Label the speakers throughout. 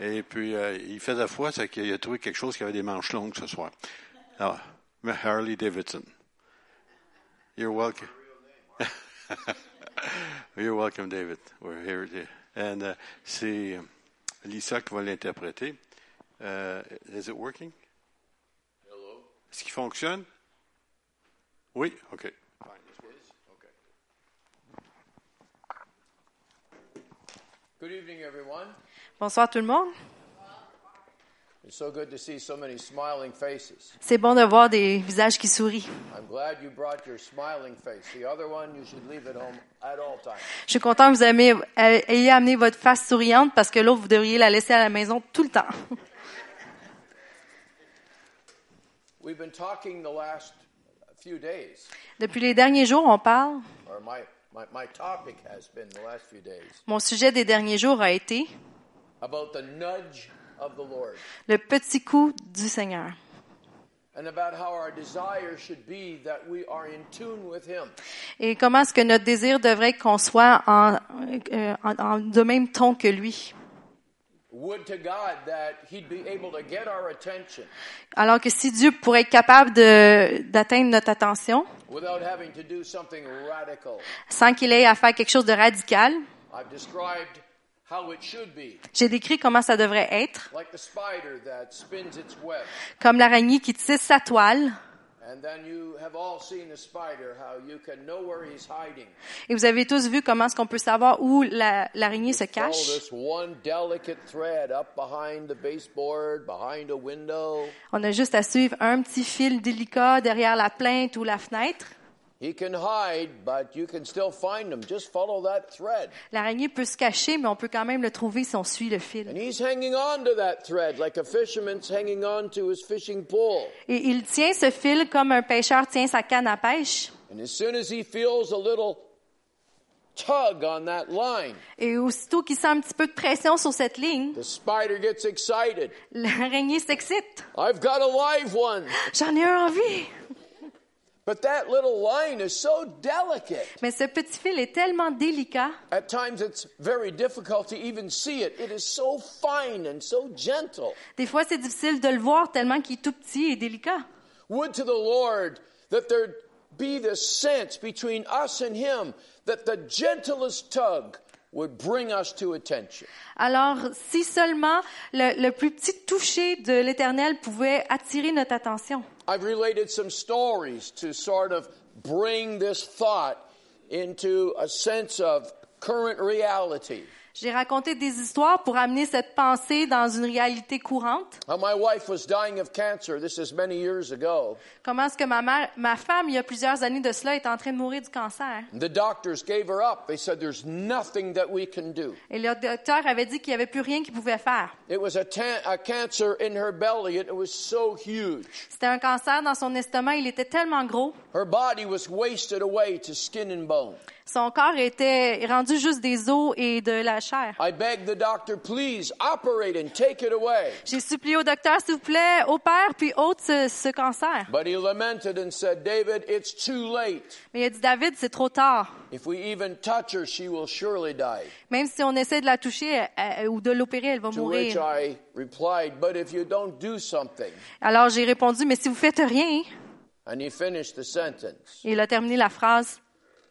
Speaker 1: Et puis, euh, il faisait froid, c'est qu'il a trouvé quelque chose qui avait des manches longues ce soir. Ah, mais Harley Davidson. You're welcome. You're welcome, David. We're here. to- And uh, c'est Lisa qui va l'interpréter. Euh, is it working? Est-ce qu'il fonctionne? Oui? OK.
Speaker 2: Good evening, everyone.
Speaker 3: Bonsoir tout le monde.
Speaker 2: It's so good to see so many smiling faces.
Speaker 3: C'est bon de voir des visages qui sourient.
Speaker 2: I'm glad you brought your smiling face. The other one you should leave at home at all times.
Speaker 3: Je suis content que vous ayez- ayez amené votre face souriante parce que l'autre, vous devriez la laisser à la maison tout le temps.
Speaker 2: We've been talking the last few days,
Speaker 3: Depuis les derniers jours, on parle.
Speaker 2: or my, my, my topic has been the last few days,
Speaker 3: Mon sujet des derniers jours a été
Speaker 2: about the nudge of the Lord
Speaker 3: le petit coup du Seigneur
Speaker 2: and about how our desire should be that we are in tune with Him.
Speaker 3: et comment est-ce que notre désir devrait être qu'on soit en, euh, en- en- de même ton que lui.
Speaker 2: Would to God that He'd be able to get our attention
Speaker 3: Alors que si Dieu pourrait être capable de- d'atteindre notre attention
Speaker 2: without having to do something radical.
Speaker 3: sans qu'il ait à faire quelque chose de radical,
Speaker 2: I've described how it should be.
Speaker 3: j'ai décrit comment ça devrait être,
Speaker 2: like the spider that spins its web.
Speaker 3: comme l'araignée qui tisse sa toile
Speaker 2: And then you have all seen the spider, how you can know where he's hiding.
Speaker 3: Et vous avez tous vu comment est-ce qu'on peut savoir où la- l'araignée se
Speaker 2: Throw
Speaker 3: cache.
Speaker 2: this one delicate thread up behind the baseboard, behind a window.
Speaker 3: On a juste à suivre un petit fil délicat derrière la plainte ou la fenêtre.
Speaker 2: He can hide, but you can still find him. Just follow that thread.
Speaker 3: L'araignée peut se cacher, mais on peut quand même le trouver si on suit le fil.
Speaker 2: And he's hanging on to that thread like a fisherman's hanging on to his fishing pole.
Speaker 3: Et il tient ce fil comme un pêcheur tient sa canne à pêche.
Speaker 2: And as soon as he feels a little tug on that line,
Speaker 3: Et aussitôt qu'il sent un petit peu de pression sur cette ligne,
Speaker 2: the spider gets excited.
Speaker 3: l'araignée s'excite.
Speaker 2: I've got a live one.
Speaker 3: J'en ai un envie.
Speaker 2: But that little line is so delicate.
Speaker 3: Mais ce petit fil est tellement délicat.
Speaker 2: At times it's very difficult to even see it. It is so fine and so gentle.
Speaker 3: Des fois, c'est difficile de le voir tellement qu'il est tout petit et délicat.
Speaker 2: Would to the Lord that there be this sense between us and Him that the gentlest tug would bring us to attention.
Speaker 3: Alors, si seulement le, le plus petit toucher de l'Éternel pouvait attirer notre attention.
Speaker 2: I've related some stories to sort of bring this thought into a sense of current reality.
Speaker 3: J'ai raconté des histoires pour amener cette pensée dans une réalité courante.
Speaker 2: How my wife was dying of cancer, this is many years ago.
Speaker 3: Comment est-ce que ma mère, ma femme, il y a plusieurs années de cela, est en train de mourir du cancer.
Speaker 2: The doctors gave her up. They said, There's nothing that we can do.
Speaker 3: Et le docteur avait dit qu'il n'y avait plus rien qu'il pouvait faire.
Speaker 2: It was a, ta- a cancer in her belly, and it was so huge.
Speaker 3: C'était un cancer dans son estomac, il était tellement gros.
Speaker 2: Her body was wasted away to skin and bone.
Speaker 3: Son corps était rendu juste des os et de la chair.
Speaker 2: I begged the doctor, Please operate and take it away.
Speaker 3: J'ai supplié au docteur, s'il vous plaît, opère puis ôte ce, ce cancer.
Speaker 2: But he lamented and said, David, it's too late.
Speaker 3: Mais il a dit, David, c'est trop tard.
Speaker 2: If we even touch her, she will surely die.
Speaker 3: Même si on essaie de la toucher euh, ou de l'opérer, elle va
Speaker 2: To which
Speaker 3: mourir.
Speaker 2: I replied, But if you don't do something.
Speaker 3: Alors j'ai répondu, mais si vous faites rien,
Speaker 2: And he finished the sentence.
Speaker 3: et il a terminé la phrase,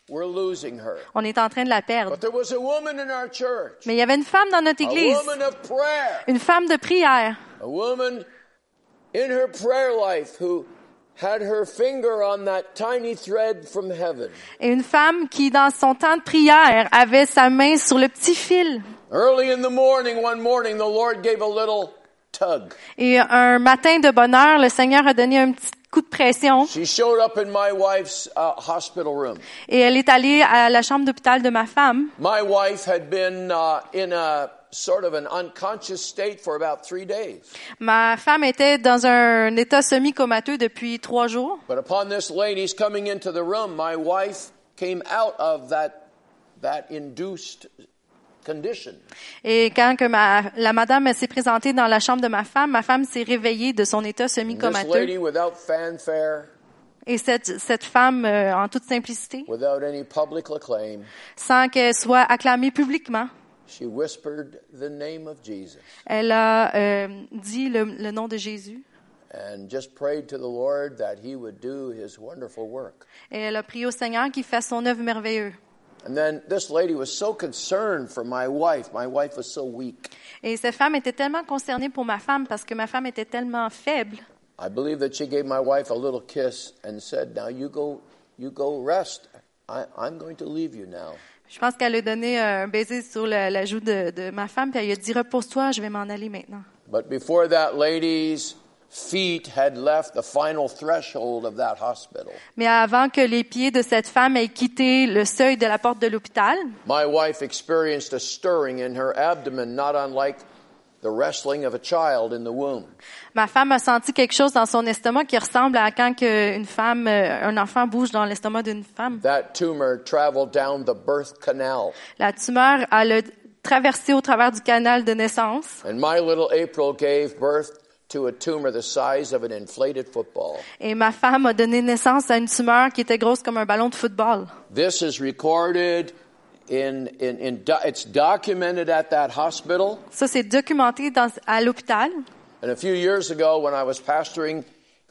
Speaker 2: We're losing her.
Speaker 3: on est en train de la perdre.
Speaker 2: But there was a woman in our church,
Speaker 3: Mais il y avait une femme dans notre
Speaker 2: a
Speaker 3: église,
Speaker 2: woman of prayer.
Speaker 3: une femme de prière,
Speaker 2: A woman in her prayer life who had her finger on that tiny thread from heaven.
Speaker 3: et une femme qui, dans son temps de prière, avait sa main sur le petit fil.
Speaker 2: Early in the morning, one morning, the Lord gave a little tug.
Speaker 3: Et un matin de bonne heure, le Seigneur a donné un petit coup de pression
Speaker 2: She showed up in my wife's uh, hospital room.
Speaker 3: et elle est allée à la chambre d'hôpital de ma femme.
Speaker 2: My wife had been uh, in a sort of an unconscious state for about three days.
Speaker 3: Ma femme était dans un état semi-comateux depuis trois jours.
Speaker 2: But upon this lady's coming into the room, my wife came out of that, that induced condition.
Speaker 3: Et quand que ma, la madame s'est présentée dans la chambre de ma femme, ma femme s'est réveillée de son état
Speaker 2: This
Speaker 3: semi-comateux.
Speaker 2: lady, without fanfare,
Speaker 3: Et cette, cette femme, euh, en toute simplicité,
Speaker 2: without any public acclaim,
Speaker 3: sans qu'elle soit acclamée publiquement,
Speaker 2: She whispered the name of Jesus
Speaker 3: Elle a euh, dit le, le nom de Jésus
Speaker 2: and just prayed to the Lord that He would do His wonderful work.
Speaker 3: et elle a prié au Seigneur qu'il fasse son œuvre merveilleuse.
Speaker 2: And then this lady was so concerned for my wife. My wife was so weak.
Speaker 3: Et cette femme était tellement concernée pour ma femme parce que ma femme était tellement faible.
Speaker 2: I believe that she gave my wife a little kiss and said, "Now you go, you go rest. I, I'm going to leave you now."
Speaker 3: Je pense qu'elle a donné euh, un baiser sur la, la joue de, de ma femme, puis elle lui a dit Repose-toi, je vais m'en aller maintenant.
Speaker 2: But before that lady's feet had left the final threshold of that hospital,
Speaker 3: Mais avant que les pieds de cette femme aient quitté le seuil de la porte de l'hôpital,
Speaker 2: my wife experienced a stirring in her abdomen, not unlike the wrestling of a child in the womb.
Speaker 3: ma femme a senti quelque chose dans son estomac qui ressemble à quand que une femme, euh, un enfant bouge dans l'estomac d'une femme.
Speaker 2: That tumor traveled down the birth canal,
Speaker 3: La tumeur a le traversé au travers du canal de naissance.
Speaker 2: and my little April gave birth to a tumor the size of an inflated football.
Speaker 3: Et ma femme a donné naissance à une tumeur qui était grosse comme un ballon de football.
Speaker 2: This is recorded in, in, in do, it's documented at that hospital.
Speaker 3: Ça, c'est documenté dans, à l'hôpital.
Speaker 2: And a few years ago, when I was pastoring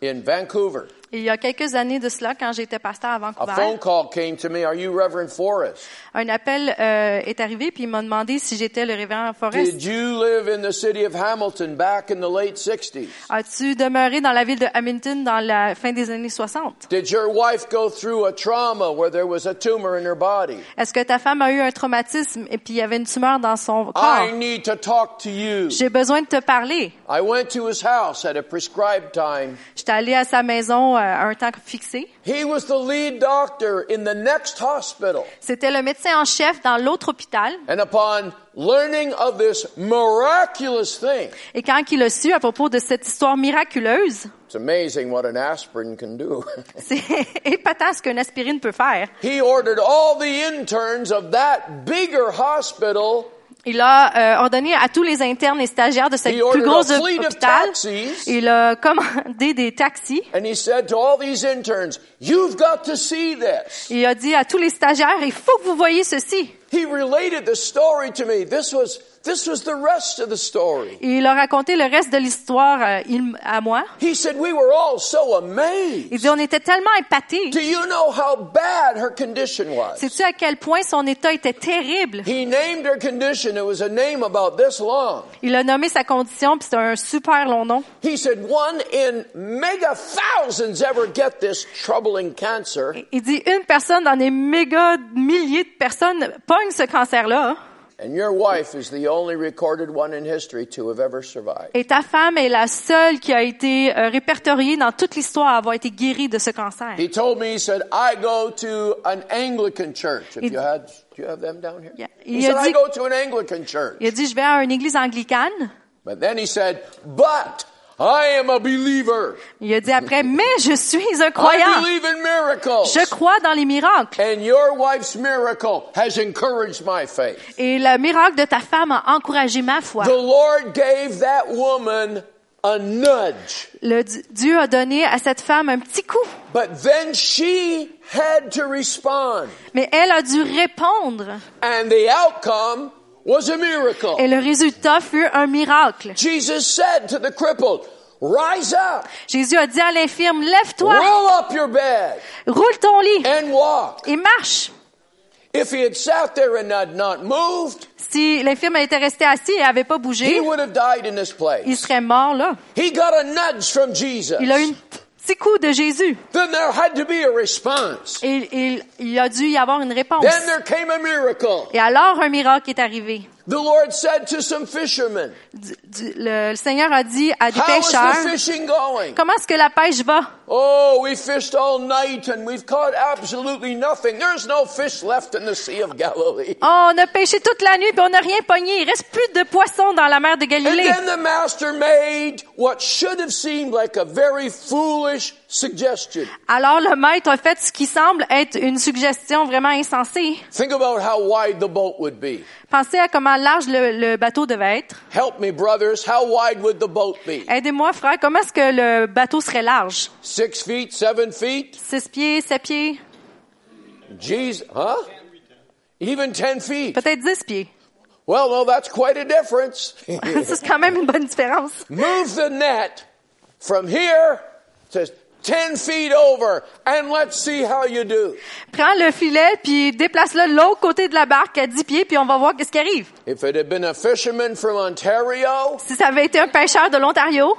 Speaker 2: in Vancouver,
Speaker 3: Il y a quelques années de cela, quand j'étais pasteur à
Speaker 2: a phone call
Speaker 3: Vancouver,
Speaker 2: came to me. Are you Reverend Forrest?
Speaker 3: un appel euh, est arrivé puis il m'a demandé si j'étais le révérend Forrest.
Speaker 2: Did you live in the city of Hamilton back in the late 60s?
Speaker 3: As-tu demeuré dans la ville de Hamilton dans la fin des années 60?
Speaker 2: Did your wife go through a trauma where there was a tumor in her body?
Speaker 3: Est-ce que ta femme a eu un traumatisme et puis il y avait une tumeur dans son
Speaker 2: I
Speaker 3: corps?
Speaker 2: need to talk to you.
Speaker 3: J'ai besoin de te parler.
Speaker 2: I went to his house at a prescribed time.
Speaker 3: J'étais allée à sa maison euh, à un temps fixé.
Speaker 2: He was the lead doctor in the next hospital.
Speaker 3: C'était le médecin en chef dans l'autre hôpital.
Speaker 2: And upon learning of this miraculous thing,
Speaker 3: Et quand il a su à propos de cette histoire miraculeuse,
Speaker 2: it's amazing what an aspirin can do.
Speaker 3: c'est épatant ce qu'une aspirine peut faire.
Speaker 2: he ordered all the interns of that bigger hospital.
Speaker 3: Il a euh, ordonné à tous les internes et stagiaires de cette
Speaker 2: He ordered
Speaker 3: plus grosse
Speaker 2: a fleet of
Speaker 3: hôpital.
Speaker 2: taxis.
Speaker 3: Il a commandé des taxis.
Speaker 2: And he said to all these interns, you've got to see this.
Speaker 3: Il a dit à tous les stagiaires, il faut que vous voyez ceci.
Speaker 2: He related the story to me. This was, this was the rest of the story.
Speaker 3: Et il a raconté le reste de l'histoire euh, il- à moi.
Speaker 2: He said, we were all so
Speaker 3: Il
Speaker 2: amazed.
Speaker 3: dit, on était tellement épatés.
Speaker 2: Do you know how bad her condition was?
Speaker 3: Sais-tu à quel point son état était terrible?
Speaker 2: He named her condition. It was a name about this long.
Speaker 3: Il a nommé sa condition, puis c'est un super long nom.
Speaker 2: He said, one in mega thousands ever get this troubling cancer.
Speaker 3: Il dit, une personne dans des méga milliers de personnes pogne ce cancer-là.
Speaker 2: And your wife is the only recorded one in history to have ever survived.
Speaker 3: Et ta femme est la seule qui a été euh, répertoriée dans toute l'histoire à avoir été guérie de ce cancer.
Speaker 2: He told me, he said, I go to an Anglican church. If
Speaker 3: Il-
Speaker 2: you had, do you have them down here?
Speaker 3: Yeah.
Speaker 2: He
Speaker 3: Il a
Speaker 2: said, I
Speaker 3: dit-
Speaker 2: go to an Anglican church.
Speaker 3: Il a dit, je vais à une église anglicane.
Speaker 2: But then he said, but I am a believer.
Speaker 3: Il a dit après, mais je suis un
Speaker 2: I
Speaker 3: croyant.
Speaker 2: believe in miracles.
Speaker 3: Je crois dans les miracles.
Speaker 2: And your wife's miracle has encouraged my faith.
Speaker 3: Et le miracle de ta femme a encouragé ma foi.
Speaker 2: The Lord gave that woman a nudge.
Speaker 3: Le Di- Dieu a donné à cette femme un petit coup.
Speaker 2: But then she had to respond.
Speaker 3: Mais elle a dû répondre.
Speaker 2: And the outcome was a miracle.
Speaker 3: Et le résultat fut un miracle.
Speaker 2: Jesus said to the crippled, Rise up,
Speaker 3: Jésus a dit à l'infirme, lève-toi,
Speaker 2: roll up your bed,
Speaker 3: roule ton lit
Speaker 2: and walk.
Speaker 3: et marche.
Speaker 2: If he had sat there and had not moved,
Speaker 3: Si l'infirme était resté assis et avait pas
Speaker 2: he
Speaker 3: bougé,
Speaker 2: would have died in this
Speaker 3: il
Speaker 2: place.
Speaker 3: serait mort là.
Speaker 2: He got a nudge from Jesus.
Speaker 3: Il a eu un petit coup de Jésus.
Speaker 2: Then there had to be a response.
Speaker 3: Et il, il a dû y avoir une réponse.
Speaker 2: Then there came a miracle.
Speaker 3: Et alors un miracle est arrivé.
Speaker 2: The Lord said to some fishermen,
Speaker 3: Du- du- le, le Seigneur a dit à des
Speaker 2: How is the
Speaker 3: pêcheurs,
Speaker 2: fishing going?
Speaker 3: comment est-ce que la pêche va?
Speaker 2: Oh, we fished all night and we've caught absolutely nothing. There's no fish left in the Sea of Galilee.
Speaker 3: Oh, on a pêché toute la nuit puis on n'a rien pogné. Il reste plus de poissons dans la mer de
Speaker 2: And
Speaker 3: Galilée.
Speaker 2: then the master made what should have seemed like a very foolish suggestion.
Speaker 3: Alors le maître a fait ce qui semble être une suggestion vraiment insensée.
Speaker 2: Think about how wide the boat would be.
Speaker 3: Pensez à comment large le, le bateau devait être.
Speaker 2: Help me, brothers. How wide would the boat be?
Speaker 3: Aidez-moi, frère, comment est-ce que le bateau serait large?
Speaker 2: Six feet, seven feet?
Speaker 3: Six pieds, sept pieds,
Speaker 2: Jesus, huh? Even ten feet.
Speaker 3: peut-être dix pieds.
Speaker 2: Well, no, that's quite a difference.
Speaker 3: Ça, c'est quand même une bonne différence.
Speaker 2: Move the net from here to 10 feet over and let's see how you do.
Speaker 3: Prends le filet, puis déplace-le de l'autre côté de la barque à 10 pieds, puis on va voir qu'est-ce qui arrive.
Speaker 2: If it had been a fisherman from Ontario,
Speaker 3: Si ça avait été un pêcheur de l'Ontario,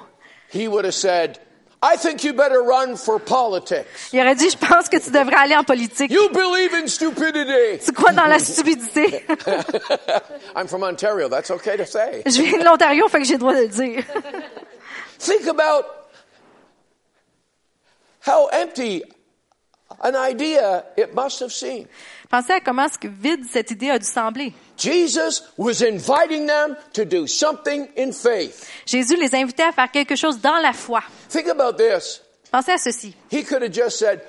Speaker 2: he would have said, I think you better run for politics.
Speaker 3: il aurait dit, je pense que tu devrais aller en politique.
Speaker 2: You believe in stupidity.
Speaker 3: Tu crois dans la stupidité.
Speaker 2: I'm from Ontario. That's okay to say.
Speaker 3: Je viens de l'Ontario, fait que j'ai le droit de le dire.
Speaker 2: Think about how empty an idea it must have seemed.
Speaker 3: Pensez à comment ce que vide cette idée a dû sembler.
Speaker 2: Jesus was inviting them to do something in faith.
Speaker 3: Jésus les invitait à faire quelque chose dans la foi.
Speaker 2: Think about this.
Speaker 3: Pensez à ceci.
Speaker 2: He could have just said,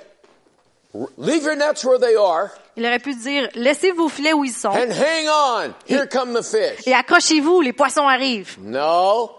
Speaker 2: Leave your nets where they are
Speaker 3: Il aurait pu dire, laissez vos filets où ils sont
Speaker 2: and hang on. Here come the fish.
Speaker 3: et accrochez-vous, les poissons arrivent.
Speaker 2: No,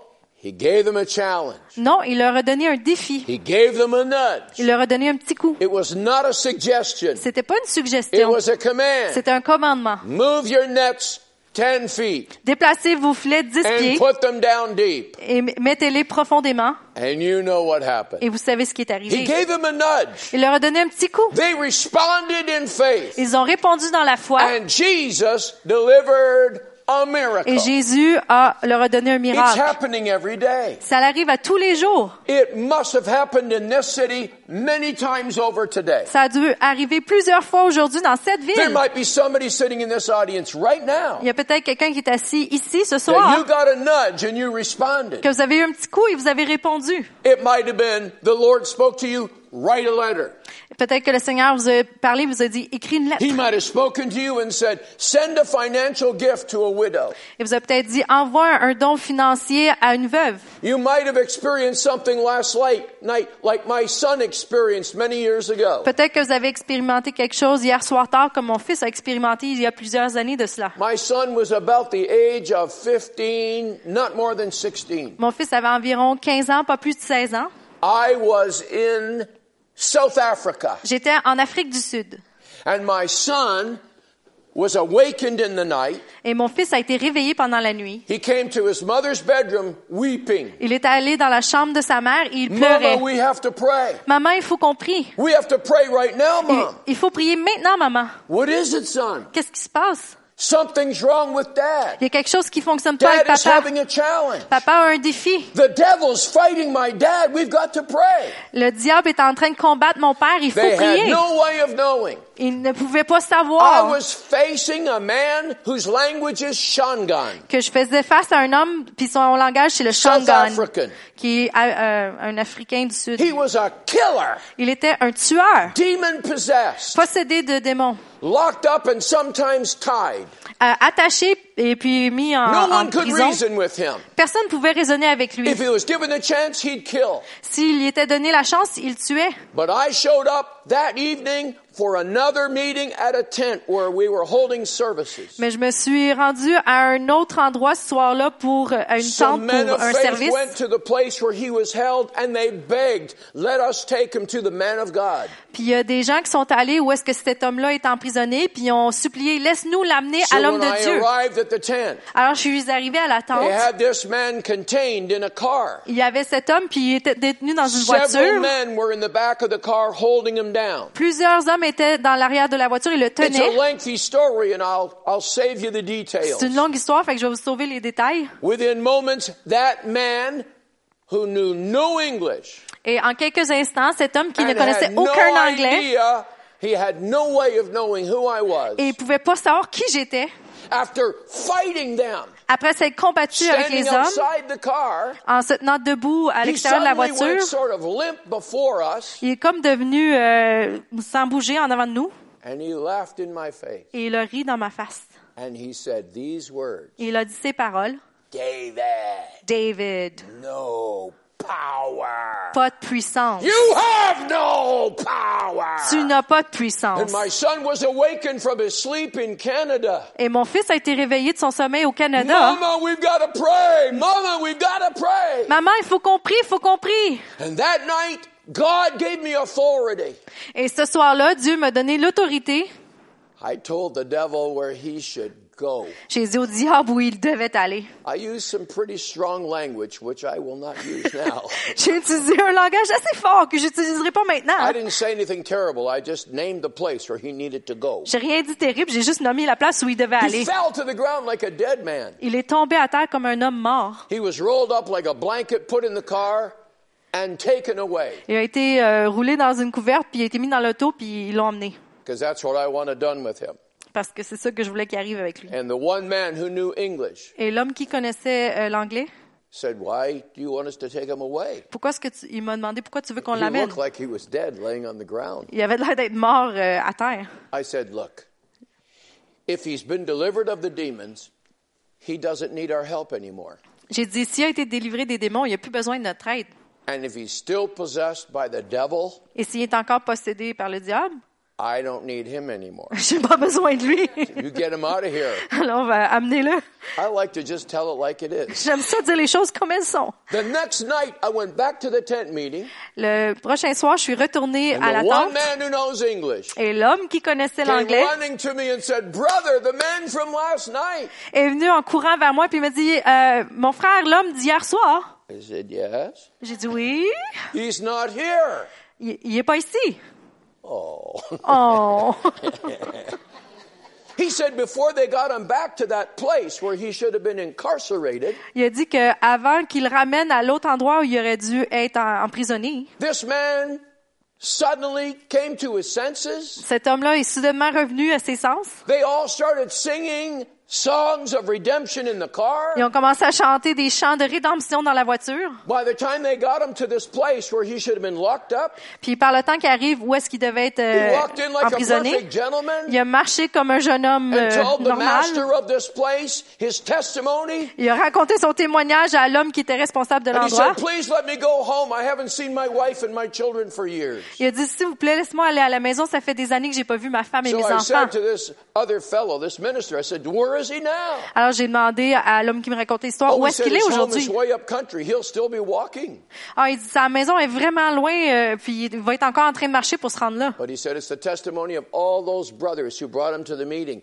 Speaker 2: he gave them a challenge.
Speaker 3: Non, il leur a donné un défi.
Speaker 2: He gave them a nudge.
Speaker 3: Il leur a donné un petit coup.
Speaker 2: It was not a suggestion,
Speaker 3: C'était pas une
Speaker 2: it
Speaker 3: suggestion.
Speaker 2: was a command.
Speaker 3: C'était un commandement.
Speaker 2: Move your nets 10 feet
Speaker 3: Déplacez vos filets 10
Speaker 2: and
Speaker 3: pieds
Speaker 2: put them down deep.
Speaker 3: et m- mettez-les profondément
Speaker 2: And you know what happened.
Speaker 3: et vous savez ce qui est
Speaker 2: He
Speaker 3: arrivé.
Speaker 2: gave them a nudge.
Speaker 3: Il leur a donné un petit coup.
Speaker 2: They responded in faith.
Speaker 3: Ils ont répondu dans la foi
Speaker 2: And Jesus delivered a
Speaker 3: et
Speaker 2: miracle.
Speaker 3: Jésus a, leur a donné un
Speaker 2: It's
Speaker 3: miracle.
Speaker 2: happening every day.
Speaker 3: Ça arrive à tous les jours.
Speaker 2: It must have happened in this city many times over today.
Speaker 3: Ça a dû arriver plusieurs fois aujourd'hui dans cette
Speaker 2: There
Speaker 3: ville.
Speaker 2: might be somebody sitting in this audience right now
Speaker 3: Il y a peut-être quelqu'un qui est assis ici ce
Speaker 2: that
Speaker 3: soir,
Speaker 2: you got a nudge and you responded.
Speaker 3: que vous avez eu un petit coup et vous avez répondu.
Speaker 2: It might have been the Lord spoke to you, write a letter.
Speaker 3: Peut-être que le Seigneur vous a parlé, vous a dit, écris une lettre.
Speaker 2: He might have spoken to you and said, send a financial gift to a widow.
Speaker 3: Et vous a peut-être dit, envoie un don financier à une veuve.
Speaker 2: You might have experienced something last light, night like my son experienced many years ago.
Speaker 3: Peut-être que vous avez expérimenté quelque chose hier soir tard, comme mon fils a expérimenté il y a plusieurs années de cela.
Speaker 2: My son was about the age of 15, not more than 16.
Speaker 3: Mon fils avait environ 15 ans, pas plus de 16 ans.
Speaker 2: I was in South Africa,
Speaker 3: J'étais en Afrique du Sud.
Speaker 2: and my son was awakened in the night.
Speaker 3: Et mon fils a été réveillé pendant la nuit.
Speaker 2: He came to his mother's bedroom weeping.
Speaker 3: Il est allé dans la chambre de sa mère et il pleurait.
Speaker 2: Mama, we have to pray.
Speaker 3: Maman, il faut qu'on prie.
Speaker 2: We have to pray right now,
Speaker 3: Il,
Speaker 2: Mom.
Speaker 3: il faut prier maintenant, maman.
Speaker 2: What is it, son?
Speaker 3: Qu'est-ce qui se passe?
Speaker 2: Something's wrong with
Speaker 3: Il y
Speaker 2: Dad.
Speaker 3: a quelque chose qui fonctionne pas avec
Speaker 2: Dad is
Speaker 3: papa.
Speaker 2: having a challenge.
Speaker 3: Papa a un défi.
Speaker 2: The devil's fighting my dad. We've got to pray.
Speaker 3: Le diable est en train de combattre mon père. Il faut
Speaker 2: They had
Speaker 3: prier.
Speaker 2: no way of knowing.
Speaker 3: Il ne pouvait pas
Speaker 2: I
Speaker 3: savoir
Speaker 2: was facing a man whose language is Shangan.
Speaker 3: que je faisais face à un homme, puis son langage, c'est le
Speaker 2: South
Speaker 3: Shangan,
Speaker 2: African.
Speaker 3: qui est euh, un Africain du Sud.
Speaker 2: He was a killer,
Speaker 3: Il était un tueur,
Speaker 2: demon possessed,
Speaker 3: possédé de démons,
Speaker 2: locked up and sometimes tied.
Speaker 3: euh, attaché et puis mis en,
Speaker 2: No
Speaker 3: en
Speaker 2: one could
Speaker 3: prison.
Speaker 2: reason with him.
Speaker 3: Personne ne pouvait raisonner avec lui.
Speaker 2: If he was given the chance, he'd kill.
Speaker 3: S'il y était donné la chance, il tuait.
Speaker 2: But I showed up that evening for another meeting at a tent where we were holding services.
Speaker 3: Mais je me suis rendue à un autre endroit ce soir-là pour euh, à une
Speaker 2: So
Speaker 3: tente
Speaker 2: men
Speaker 3: pour
Speaker 2: of
Speaker 3: un
Speaker 2: faith
Speaker 3: service.
Speaker 2: went to the place where he was held and they begged, let us take him to the man of God.
Speaker 3: Puis il y a des gens qui sont allés où est-ce que cet homme-là est emprisonné, puis ils ont supplié, laisse-nous l'amener à
Speaker 2: So
Speaker 3: l'homme
Speaker 2: when
Speaker 3: de
Speaker 2: I
Speaker 3: Dieu.
Speaker 2: arrived at the tent,
Speaker 3: Alors je suis arrivée à la
Speaker 2: They
Speaker 3: tente.
Speaker 2: had this man contained in a car.
Speaker 3: Il y avait cet homme, puis il était détenu dans une
Speaker 2: Several
Speaker 3: voiture.
Speaker 2: men were in the back of the car holding him down.
Speaker 3: Plusieurs hommes étaient dans l'arrière de la voiture et le
Speaker 2: It's a
Speaker 3: tenaient.
Speaker 2: lengthy story, and I'll I'll save you the details.
Speaker 3: C'est une longue histoire, fait que je vais vous sauver les détails.
Speaker 2: Within moments, that man who knew no English
Speaker 3: Et en quelques instants, cet homme qui ne
Speaker 2: and
Speaker 3: connaissait
Speaker 2: had no
Speaker 3: aucun anglais
Speaker 2: idea, he had no way of knowing who I was.
Speaker 3: et pouvait pas savoir qui j'étais,
Speaker 2: After fighting them,
Speaker 3: après s'être combattu avec les
Speaker 2: standing
Speaker 3: hommes,
Speaker 2: outside the car,
Speaker 3: en se tenant debout à
Speaker 2: he
Speaker 3: l'extérieur de la
Speaker 2: suddenly went
Speaker 3: voiture,
Speaker 2: sort of limp before us,
Speaker 3: il est comme devenu euh, sans bouger en avant de nous
Speaker 2: and he laughed in my face,
Speaker 3: et il a ri dans ma face.
Speaker 2: and he said these words.
Speaker 3: Et il a dit ces paroles.
Speaker 2: David,
Speaker 3: David,
Speaker 2: no power.
Speaker 3: pas de puissance.
Speaker 2: You have no power.
Speaker 3: Tu n'as pas de
Speaker 2: And
Speaker 3: puissance.
Speaker 2: my son was awakened from his sleep in Canada.
Speaker 3: Et mon fils a été réveillé de son sommeil au Canada.
Speaker 2: Mama, we've got to pray. Mama, we've got to pray.
Speaker 3: Maman, il faut qu'on prie, il faut qu'on prie.
Speaker 2: And that night, God gave me authority.
Speaker 3: Et ce soir-là, Dieu m'a donné l'autorité.
Speaker 2: I told the devil where he should go.
Speaker 3: Jésus dit, ah oui, il devait aller.
Speaker 2: I used some pretty strong language, which I will not use now.
Speaker 3: J'ai utilisé un langage assez fort que j'utiliserai pas
Speaker 2: I
Speaker 3: maintenant.
Speaker 2: didn't say anything terrible. I just named the place where he needed to go.
Speaker 3: J'ai rien dit terrible, j'ai juste nommé la place où il devait
Speaker 2: He
Speaker 3: aller.
Speaker 2: fell to the ground like a dead man.
Speaker 3: Il est tombé à terre comme un homme mort.
Speaker 2: He was rolled up like a blanket, put in the car, and taken away.
Speaker 3: Il a été euh, roulé dans une couverte, puis il a été mis dans l'auto, puis ils l'ont emmené.
Speaker 2: Because that's what I want to done with him.
Speaker 3: Parce que c'est ça que je voulais qu'il arrive avec lui.
Speaker 2: And the one man who knew English
Speaker 3: Et l'homme qui connaissait euh, l'anglais,
Speaker 2: said, Why do you want us to take him away?
Speaker 3: pourquoi est-ce que tu- il m'a demandé pourquoi tu veux qu'on
Speaker 2: He
Speaker 3: l'amène?
Speaker 2: looked like he was dead laying on the ground.
Speaker 3: Il avait l'air d'être mort euh, à terre.
Speaker 2: I said, Look, if he's been delivered of the demons, he doesn't need our help anymore.
Speaker 3: J'ai dit, s'il a été délivré des démons, il n'a plus besoin de notre aide.
Speaker 2: And if he's still possessed by the devil,
Speaker 3: Et s'il est encore possédé par le diable,
Speaker 2: I don't need him anymore.
Speaker 3: j'ai pas besoin de lui.
Speaker 2: You get him out of here.
Speaker 3: Alors, on va amener-le.
Speaker 2: I like to just tell it like it is.
Speaker 3: J'aime ça dire les choses comme elles sont.
Speaker 2: The next night, I went back to the tent meeting,
Speaker 3: Le prochain soir, je suis retournée
Speaker 2: and
Speaker 3: à la
Speaker 2: the one
Speaker 3: tente
Speaker 2: man who knows English
Speaker 3: et l'homme qui connaissait
Speaker 2: came
Speaker 3: l'anglais
Speaker 2: running to me and said, Brother, the man from last night.
Speaker 3: est venu en courant vers moi puis il m'a dit Euh, Mon frère, l'homme d'hier soir.
Speaker 2: I said, Yes.
Speaker 3: J'ai dit oui.
Speaker 2: He's not here.
Speaker 3: Il, il est pas ici.
Speaker 2: Oh.
Speaker 3: Oh.
Speaker 2: He said before they got him back to that place where he should have been incarcerated,
Speaker 3: Il a dit que avant qu'il le ramène à l'autre endroit où il aurait dû être en- emprisonné,
Speaker 2: this man suddenly came to his senses.
Speaker 3: cet homme-là est soudainement revenu à ses sens.
Speaker 2: They all started singing songs of redemption in the
Speaker 3: Ils
Speaker 2: car.
Speaker 3: ont commencé à chanter des chants de rédemption dans la voiture.
Speaker 2: By the time they got him to this place where he should have been locked up,
Speaker 3: Puis par le temps qu'il arrive, où est-ce qu'il devait être
Speaker 2: he
Speaker 3: euh,
Speaker 2: walked in like Eh, a eh,
Speaker 3: emprisonné?
Speaker 2: perfect gentleman.
Speaker 3: Il a marché comme un jeune homme
Speaker 2: and
Speaker 3: euh,
Speaker 2: told the
Speaker 3: normal.
Speaker 2: master of this place his testimony.
Speaker 3: Il a raconté son témoignage à l'homme qui était responsable de
Speaker 2: And he said,
Speaker 3: l'endroit.
Speaker 2: Please let me go home. I haven't seen my wife and my children for years.
Speaker 3: Il a dit, s'il vous plaît, laisse-moi aller à la maison. Ça fait des années que j'ai pas vu ma femme et
Speaker 2: So
Speaker 3: mes
Speaker 2: I
Speaker 3: enfants.
Speaker 2: said to this other fellow, this minister, I said, Where is he now?
Speaker 3: Alors j'ai demandé à l'homme qui me racontait l'histoire,
Speaker 2: Oh,
Speaker 3: où
Speaker 2: he
Speaker 3: est-ce
Speaker 2: said
Speaker 3: qu'il est
Speaker 2: his home
Speaker 3: aujourd'hui?
Speaker 2: is way up country. He'll still be walking.
Speaker 3: Ah, il dit, sa maison est vraiment loin, euh, puis il va être encore en train de marcher pour se rendre là.
Speaker 2: But he said, It's the testimony of all those brothers who brought him to the meeting.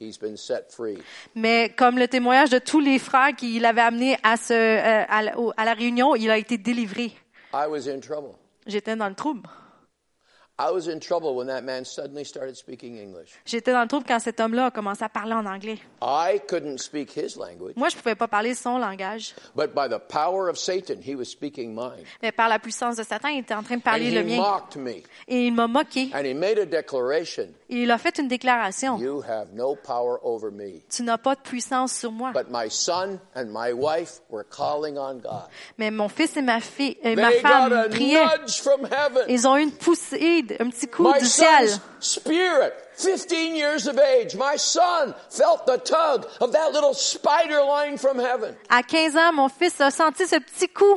Speaker 2: He's been set free.
Speaker 3: Mais comme le témoignage de tous les frères qui l'avaient amené à, ce, euh, à, la, au- à la réunion, il a été délivré.
Speaker 2: I was in trouble.
Speaker 3: J'étais dans le trouble.
Speaker 2: I was in trouble when that man suddenly started speaking English.
Speaker 3: J'étais dans le trouble quand cet homme-là a commencé à parler en anglais.
Speaker 2: I couldn't speak his language,
Speaker 3: Moi, je pouvais pas parler son langage,
Speaker 2: but by the power of Satan, he was speaking mine.
Speaker 3: mais par la puissance de Satan, il était en train de
Speaker 2: And
Speaker 3: parler le
Speaker 2: he
Speaker 3: mien.
Speaker 2: mocked me.
Speaker 3: Et il m'a moqué.
Speaker 2: And he made a declaration
Speaker 3: Et il a fait une déclaration.
Speaker 2: You have no power over me.
Speaker 3: Tu n'as pas de puissance sur moi.
Speaker 2: But my son and my wife were calling on God.
Speaker 3: Mais mon fils et ma fille, et ma
Speaker 2: They got
Speaker 3: femme
Speaker 2: a
Speaker 3: priaient.
Speaker 2: nudge from heaven.
Speaker 3: Ils ont eu une poussée, un petit coup
Speaker 2: My
Speaker 3: du ciel.
Speaker 2: son's spirit, 15 years of age, my son felt the tug of that little spider line from heaven.
Speaker 3: À 15 ans, mon fils a senti ce petit coup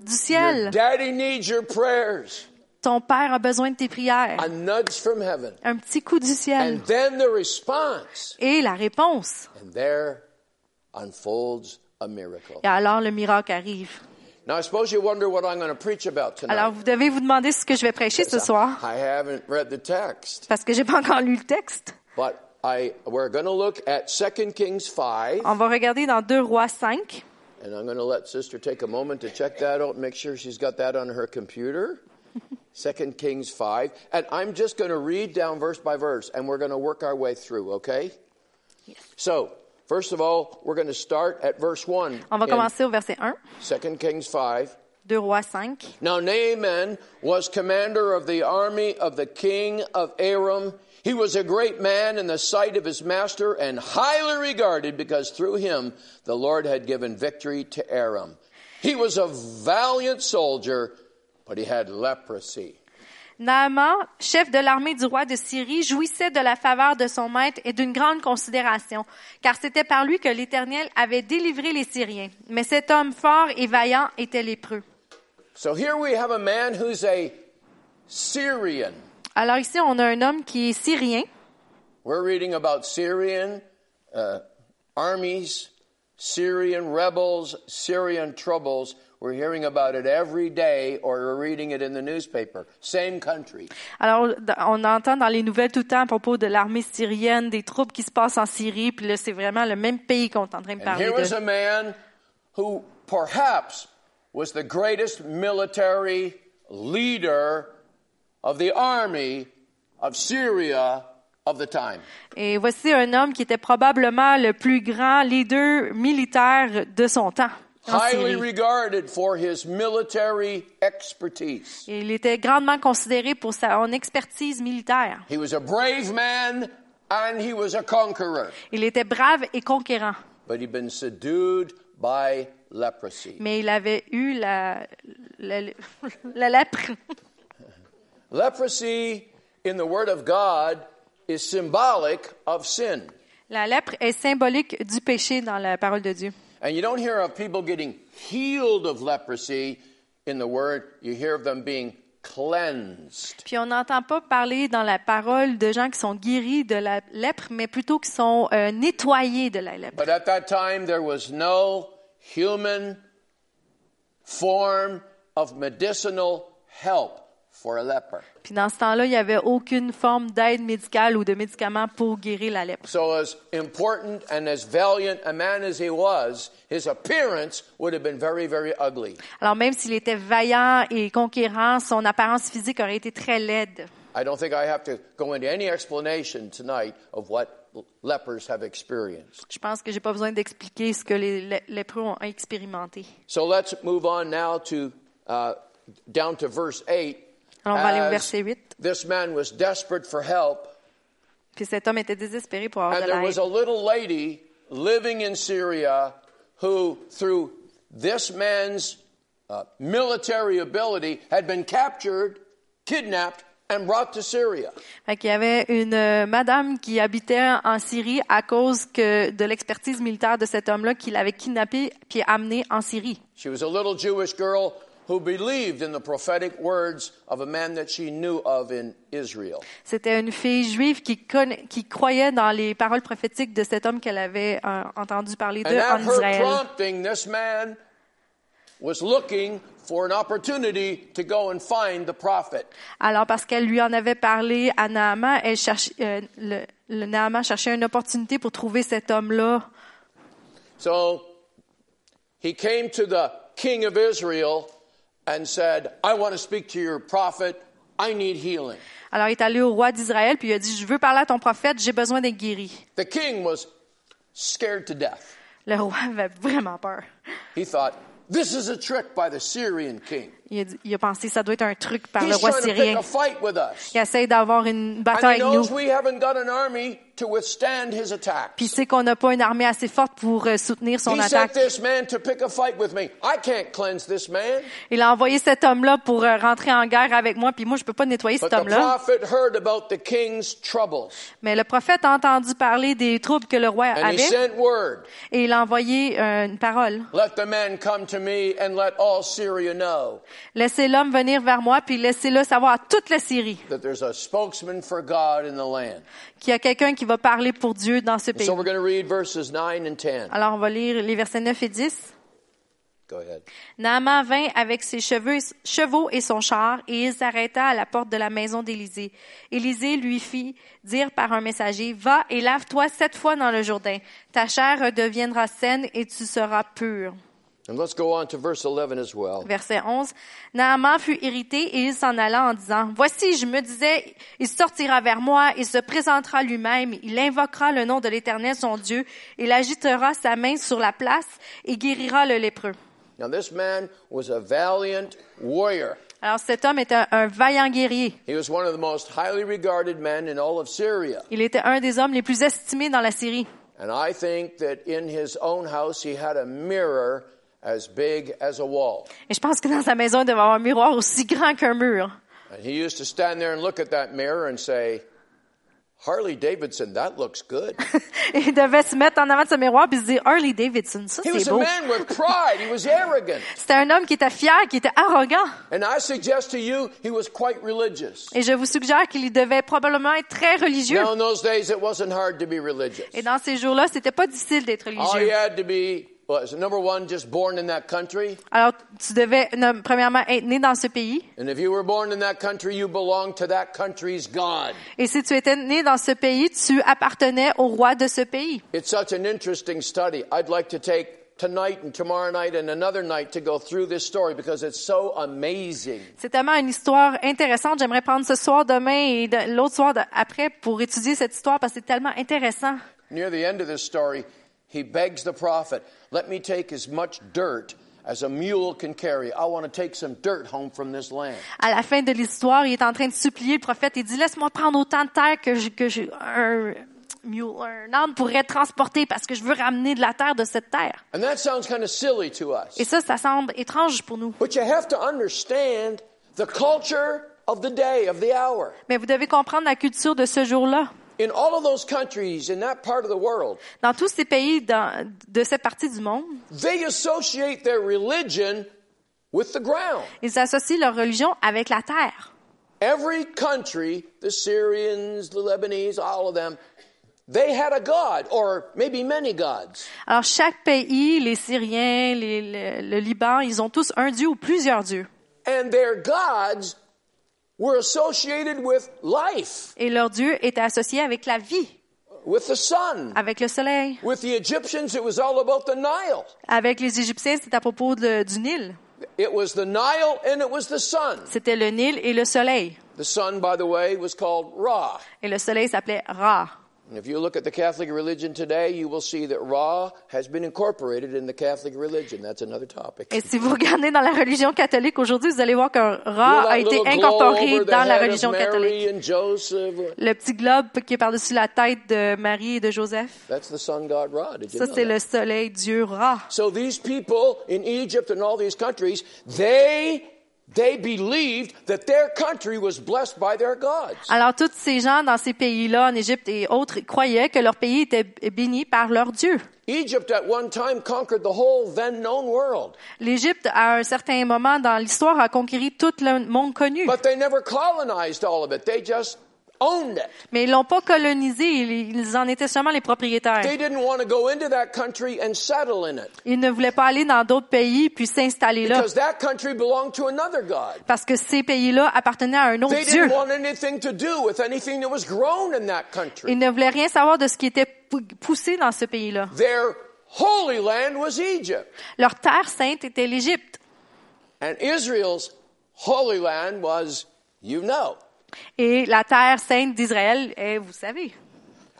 Speaker 3: du
Speaker 2: Your
Speaker 3: ciel.
Speaker 2: daddy needs your prayers.
Speaker 3: Ton père a besoin de tes prières.
Speaker 2: A nudge from heaven.
Speaker 3: Un petit coup du ciel.
Speaker 2: And then the response.
Speaker 3: Et la réponse.
Speaker 2: And there unfolds a miracle.
Speaker 3: Et alors, le miracle arrive.
Speaker 2: Now, I suppose you wonder what I'm going to preach about tonight.
Speaker 3: Alors, vous devez vous demander ce que je vais prêcher ce soir.
Speaker 2: I haven't read the text,
Speaker 3: Parce que j'ai pas encore lu le texte.
Speaker 2: but I we're going to look at 2 Kings 5,
Speaker 3: On va regarder dans 2 Rois 5.
Speaker 2: and I'm going to let sister take a moment to check that out, make sure she's got that on her computer. 2 Kings 5, and I'm just going to read down verse by verse, and we're going to work our way through, okay? So, first of all, we're going to start at verse 1
Speaker 3: On va
Speaker 2: in
Speaker 3: commencer au verset 1.
Speaker 2: 2 Kings 5.
Speaker 3: 2 Rois 5.
Speaker 2: Now Naaman was commander of the army of the king of Aram. He was a great man in the sight of his master and highly regarded because through him the Lord had given victory to Aram. He was a valiant soldier, but he had leprosy.
Speaker 3: Naaman, chef de l'armée du roi de Syrie, jouissait de la faveur de son maître et d'une grande considération, car c'était par lui que l'Éternel avait délivré les Syriens. Mais cet homme fort et vaillant était lépreux.
Speaker 2: So here we have a man who's a Syrian.
Speaker 3: Alors ici, on a un homme qui est syrien.
Speaker 2: We're reading about Syrian uh, armies Syrian rebels, Syrian troubles. We're hearing about it every day or we're reading it in the newspaper. Same country.
Speaker 3: Alors, on entend dans les nouvelles tout le temps à propos de l'armée syrienne, des troupes qui se passent en Syrie, puis là, c'est vraiment le même pays qu'on est en train de
Speaker 2: And
Speaker 3: parler
Speaker 2: here was
Speaker 3: de.
Speaker 2: a man who perhaps was the greatest military leader of the army of Syria of the time.
Speaker 3: Et voici un homme qui était probablement le plus grand leader militaire de son temps. en
Speaker 2: Highly
Speaker 3: Syrie.
Speaker 2: regarded for his military expertise.
Speaker 3: Il était grandement considéré pour sa son expertise militaire.
Speaker 2: He was a brave man and he was a conqueror,
Speaker 3: Il était brave et conquérant,
Speaker 2: but he'd been subdued by leprosy.
Speaker 3: mais il avait eu la la, la lèpre.
Speaker 2: Leprosy in the Word of God is symbolic of sin.
Speaker 3: La lèpre est symbolique du péché dans la parole de Dieu.
Speaker 2: And you don't hear of people getting healed of leprosy in the Word, you hear of them being cleansed.
Speaker 3: Puis on n'entend pas parler dans la parole de gens qui sont guéris de la lèpre, mais plutôt qui sont euh, nettoyés de la lèpre.
Speaker 2: But at that time, there was no human form of medicinal help for a leper.
Speaker 3: Puis dans ce temps-là, il n'y avait aucune forme d'aide médicale ou de médicament pour guérir la lèpre.
Speaker 2: So, as important and as valiant a man as he was, his appearance would have been very, very ugly.
Speaker 3: Alors même s'il était vaillant et conquérant, son apparence physique aurait été très laide.
Speaker 2: I don't think I have to go into any explanation tonight of what lepers have experienced.
Speaker 3: Je pense que j'ai pas besoin d'expliquer ce que les lé- lépreux ont expérimenté.
Speaker 2: So let's move on now to uh, down to verse eight.
Speaker 3: Alors on va aller au
Speaker 2: As
Speaker 3: verset 8.
Speaker 2: This man was desperate for help,
Speaker 3: Puis cet homme était désespéré pour avoir
Speaker 2: and
Speaker 3: de
Speaker 2: there was a
Speaker 3: l'aide.
Speaker 2: little lady living in Syria who, through this man's uh, military ability, had been captured, kidnapped, and brought to Syria.
Speaker 3: Fait qu'il y avait une euh, madame qui habitait en Syrie à cause que de l'expertise militaire de cet homme-là qui l'avait kidnappé puis amené en Syrie.
Speaker 2: She was a little Jewish girl who believed in the prophetic words of a man that she knew of in Israel.
Speaker 3: C'était une fille juive qui, conna- qui croyait dans les paroles prophétiques de cet homme qu'elle avait euh, entendu parler d'eux
Speaker 2: And at
Speaker 3: en
Speaker 2: her
Speaker 3: Israël.
Speaker 2: prompting, this man was looking for an opportunity to go and find the prophet.
Speaker 3: Alors, parce qu'elle lui en avait parlé à Naaman, elle cherche, euh, le, le Naaman cherchait une opportunité pour trouver cet homme-là.
Speaker 2: So he came to the king of Israel and said, I want to speak to your prophet. I need healing.
Speaker 3: Alors, il est allé au roi d'Israël, puis il a dit, je veux parler à ton prophète, j'ai besoin d'être guéri.
Speaker 2: The king was scared to death.
Speaker 3: Le roi avait vraiment peur.
Speaker 2: He thought, this is a trick by the Syrian king.
Speaker 3: Il a, dit- il a pensé, ça doit être un truc par le
Speaker 2: He's
Speaker 3: roi
Speaker 2: trying to pick
Speaker 3: syrien
Speaker 2: a fight with us.
Speaker 3: qui essaye d'avoir une
Speaker 2: And he
Speaker 3: bataille avec
Speaker 2: knows
Speaker 3: nous.
Speaker 2: we haven't got an army to withstand his attacks.
Speaker 3: Puis il sait qu'on n'a pas une armée assez forte pour euh, soutenir son
Speaker 2: He sent
Speaker 3: attaque.
Speaker 2: this man to pick a fight with me. I can't cleanse this man.
Speaker 3: Il a envoyé cet homme-là pour euh, rentrer en guerre avec moi, puis moi, je peux pas nettoyer
Speaker 2: But
Speaker 3: cet
Speaker 2: the
Speaker 3: homme-là.
Speaker 2: prophet heard about the king's troubles,
Speaker 3: Mais le prophète a entendu parler des troubles que le roi
Speaker 2: and he
Speaker 3: avait.
Speaker 2: sent word,
Speaker 3: Et il a envoyé euh, une parole.
Speaker 2: "Let the man come to me, and let all Syria know
Speaker 3: Laissez l'homme venir vers moi, puis laissez-le savoir à toute la Syrie
Speaker 2: that there's a spokesman for God in the land."
Speaker 3: qu'il y a quelqu'un qui va parler pour Dieu dans ce pays.
Speaker 2: So we're going to read verses nine and ten.
Speaker 3: Alors, on va lire les versets 9 et 10.
Speaker 2: Go ahead.
Speaker 3: Naaman vint avec ses cheveux- chevaux et son char, et il s'arrêta à la porte de la maison d'Élisée. Élisée lui fit dire par un messager, Va et lave-toi sept fois dans le Jourdain. Ta chair redeviendra saine et tu seras pur.
Speaker 2: And let's go on to verse eleven as well.
Speaker 3: Verset 11. Naaman fut irrité et il s'en alla en disant, Voici, je me disais, il sortira vers moi, il se présentera lui-même, il invoquera le nom de l'Éternel son Dieu, il agitera sa main sur la place et guérira le lépreux.
Speaker 2: Now this man was a valiant warrior.
Speaker 3: Alors cet homme était un, un vaillant guerrier.
Speaker 2: He was one of the most highly regarded men in all of Syria.
Speaker 3: Il était un des hommes les plus estimés dans la Syrie.
Speaker 2: And I think that in his own house he had a mirror as big as a wall.
Speaker 3: Et je pense que dans sa maison, il devait avoir un miroir aussi grand qu'un mur.
Speaker 2: And he used to stand there and look at that mirror and say, Harley Davidson, that looks good.
Speaker 3: Il devait se mettre en avant de ce miroir puis se dire Harley Davidson, ça
Speaker 2: He was
Speaker 3: c'est
Speaker 2: a
Speaker 3: beau.
Speaker 2: man with pride. He was arrogant.
Speaker 3: C'était un homme qui était fier, qui était arrogant.
Speaker 2: And I suggest to you, he was quite religious.
Speaker 3: Et je vous suggère qu'il devait probablement être très religieux.
Speaker 2: Now, in those days, it wasn't hard to be religious.
Speaker 3: Et dans ces jours-là, c'était pas difficile d'être
Speaker 2: All you
Speaker 3: religieux.
Speaker 2: had to be was, number one, just born in that country.
Speaker 3: Alors, tu devais, non, premièrement, être né dans ce pays.
Speaker 2: And if you were born in that country, you belonged to that country's God.
Speaker 3: Et si tu étais né dans ce pays, tu appartenais au roi de ce pays.
Speaker 2: It's such an interesting study. I'd like to take tonight and tomorrow night and another night to go through this story because it's so amazing.
Speaker 3: C'est tellement une histoire intéressante. J'aimerais prendre ce soir demain et de- l'autre soir de- après pour étudier cette histoire parce que c'est tellement intéressant.
Speaker 2: Near the end of this story, he begs the prophet, Let me take as much dirt as a mule can carry. I want to take some dirt home from this land.
Speaker 3: À la fin de l'histoire, il est en train de supplier le prophète. Il dit, laisse-moi prendre autant de terre que je- que je- un, mule- un âne pourrait transporter parce que je veux ramener de la terre de cette terre.
Speaker 2: And that sounds kind of silly to us.
Speaker 3: Et ça, ça semble étrange pour nous.
Speaker 2: But you have to understand the culture of the day, of the hour.
Speaker 3: Mais vous devez comprendre la culture de ce jour-là.
Speaker 2: In all of those countries, in that part of the world,
Speaker 3: Dans tous ces pays dans- de cette partie du monde,
Speaker 2: they associate their religion with the ground.
Speaker 3: ils associent leur religion avec la terre.
Speaker 2: Every country, the Syrians, the Lebanese, all of them, they had a god, or maybe many gods.
Speaker 3: Alors, chaque pays, les Syriens, les- le, le Liban, ils ont tous un dieu ou plusieurs dieux.
Speaker 2: And their gods were associated with life,
Speaker 3: Et leur dieu était associé avec la vie,
Speaker 2: with the sun.
Speaker 3: avec le soleil.
Speaker 2: With the Egyptians, it was all about the Nile.
Speaker 3: Avec les Égyptiens, c'est à propos de- du Nil.
Speaker 2: It was the Nile and it was the sun.
Speaker 3: C'était le Nil et le soleil.
Speaker 2: The sun, by the way, was called Ra.
Speaker 3: Et le soleil s'appelait Ra.
Speaker 2: And if you look at the Catholic religion today, you will see that Ra has been incorporated in the Catholic religion. That's another topic.
Speaker 3: Et si vous regardez dans la religion catholique aujourd'hui, vous allez voir qu'un Ra
Speaker 2: Little-
Speaker 3: a été
Speaker 2: little globe
Speaker 3: incorporé
Speaker 2: over the
Speaker 3: dans la
Speaker 2: head of
Speaker 3: religion
Speaker 2: Mary
Speaker 3: catholique.
Speaker 2: and Joseph.
Speaker 3: Le petit globe qui est par-dessus la tête de Marie et de Joseph,
Speaker 2: That's the sun god Ra. Did you
Speaker 3: ça
Speaker 2: know
Speaker 3: c'est
Speaker 2: that?
Speaker 3: le soleil Dieu Ra.
Speaker 2: So these people in Egypt and all these countries, they they believed that their country was blessed by their gods.
Speaker 3: Alors, tous ces gens dans ces pays-là, en Égypte et autres, croyaient que leur pays était béni par leur Dieu.
Speaker 2: Egypt at one time conquered the whole then known world,
Speaker 3: L'Égypte, à un certain moment dans l'histoire, a conquis tout le monde connu.
Speaker 2: but they never colonized all of it. They just owned it.
Speaker 3: Mais ils l'ont pas colonisé, ils ils en étaient seulement les propriétaires.
Speaker 2: They didn't want to go into that country and settle in it
Speaker 3: Ils ne voulaient pas aller dans d'autres pays puis s'installer là.
Speaker 2: because that country belonged to another god.
Speaker 3: Parce que ces pays-là appartenaient à un autre
Speaker 2: They
Speaker 3: Dieu.
Speaker 2: didn't want anything to do with anything that was grown in that country.
Speaker 3: Ils ne voulaient rien savoir de ce qui était pou- poussé dans ce pays-là.
Speaker 2: Their holy land was Egypt,
Speaker 3: Leur terre sainte était l'Égypte.
Speaker 2: and Israel's holy land was, you know.
Speaker 3: Et la terre sainte d'Israël, eh, vous savez.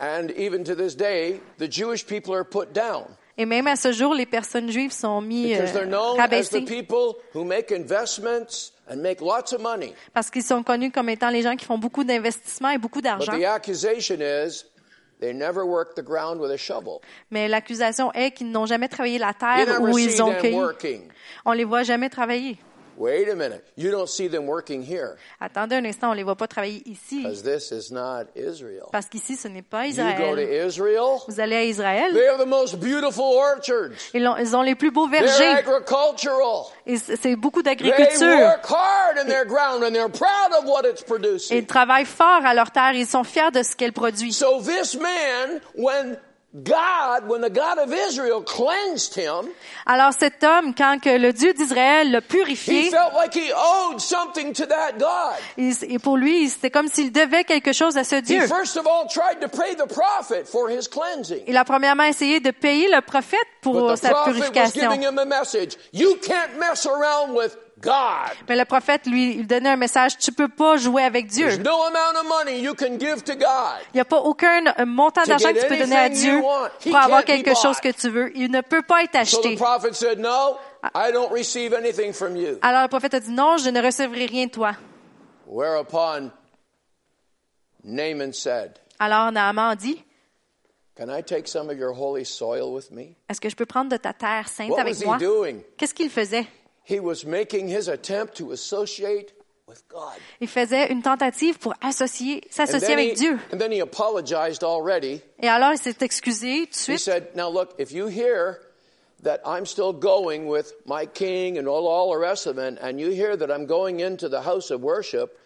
Speaker 2: And even to this day, the Jewish people are put down
Speaker 3: Et même à ce jour, les personnes juives sont mises euh,
Speaker 2: because they're known as the
Speaker 3: rabaissées.
Speaker 2: people who make investments and make lots of money.
Speaker 3: parce qu'ils sont connus comme étant les gens qui font beaucoup d'investissements et beaucoup
Speaker 2: But
Speaker 3: d'argent.
Speaker 2: the accusation is they never worked the ground with a shovel.
Speaker 3: Mais l'accusation est qu'ils n'ont jamais travaillé la
Speaker 2: You
Speaker 3: terre
Speaker 2: never
Speaker 3: où
Speaker 2: see
Speaker 3: ils ont
Speaker 2: them
Speaker 3: cueilli.
Speaker 2: working.
Speaker 3: On les voit jamais travailler.
Speaker 2: Wait a minute. You don't see them working here
Speaker 3: Attendez un instant, on les voit pas travailler ici.
Speaker 2: because this is not Israel.
Speaker 3: Parce qu'ici, ce n'est pas
Speaker 2: You go
Speaker 3: Israël.
Speaker 2: to Israel,
Speaker 3: Vous allez à Israël,
Speaker 2: they have the most beautiful orchards.
Speaker 3: ils ont, ils ont les plus beaux
Speaker 2: They're
Speaker 3: vergers.
Speaker 2: agricultural.
Speaker 3: Et c- C'est beaucoup
Speaker 2: They
Speaker 3: d'agriculture.
Speaker 2: work hard in their ground and they're proud of what it's
Speaker 3: Et Ils
Speaker 2: producing.
Speaker 3: travaillent fort à leur terre. Ils sont fiers de ce qu'elle produit.
Speaker 2: So this man, when God, when the God of Israel cleansed him,
Speaker 3: Alors cet homme, quand que le Dieu d'Israël l'a
Speaker 2: he
Speaker 3: purifié,
Speaker 2: felt like he owed something to that God.
Speaker 3: il s- et pour lui, c'était comme s'il devait quelque chose à ce
Speaker 2: He
Speaker 3: Dieu.
Speaker 2: first of all tried to pay the prophet for his cleansing.
Speaker 3: Il a premièrement essayé de payer le prophète
Speaker 2: But
Speaker 3: pour
Speaker 2: the
Speaker 3: sa
Speaker 2: prophet was
Speaker 3: purification.
Speaker 2: giving him a message. You can't mess around with God.
Speaker 3: Mais le prophète lui il donnait un message, tu peux pas jouer avec Dieu.
Speaker 2: There's no amount of money you can give to God.
Speaker 3: Il n'y a pas aucun euh, montant
Speaker 2: To
Speaker 3: d'argent que
Speaker 2: get
Speaker 3: tu peux donner à
Speaker 2: anything you
Speaker 3: Dieu
Speaker 2: want. He
Speaker 3: pour avoir
Speaker 2: can't be
Speaker 3: quelque chose
Speaker 2: bought.
Speaker 3: que tu veux. Il ne peut pas être
Speaker 2: So the
Speaker 3: acheté.
Speaker 2: prophet said, No, I don't receive anything from you.
Speaker 3: Alors le prophète a dit, non, je ne recevrai rien de toi.
Speaker 2: Whereupon Naaman said,
Speaker 3: Alors Naaman a dit,
Speaker 2: Can I take some of your holy soil with me?
Speaker 3: est-ce que je peux prendre de ta terre sainte
Speaker 2: What was
Speaker 3: avec
Speaker 2: he
Speaker 3: moi?
Speaker 2: doing?
Speaker 3: Qu'est-ce qu'il faisait?
Speaker 2: He was making his attempt to associate with with God.
Speaker 3: Il faisait une tentative pour associer,
Speaker 2: And
Speaker 3: s'associer
Speaker 2: then,
Speaker 3: avec
Speaker 2: he,
Speaker 3: Dieu.
Speaker 2: and then he apologized already.
Speaker 3: Et alors, il s'est excusé tout
Speaker 2: He
Speaker 3: de suite.
Speaker 2: said, Now look, if you hear that I'm still going with my king and all, all the rest of them, and you hear that I'm going into the house of worship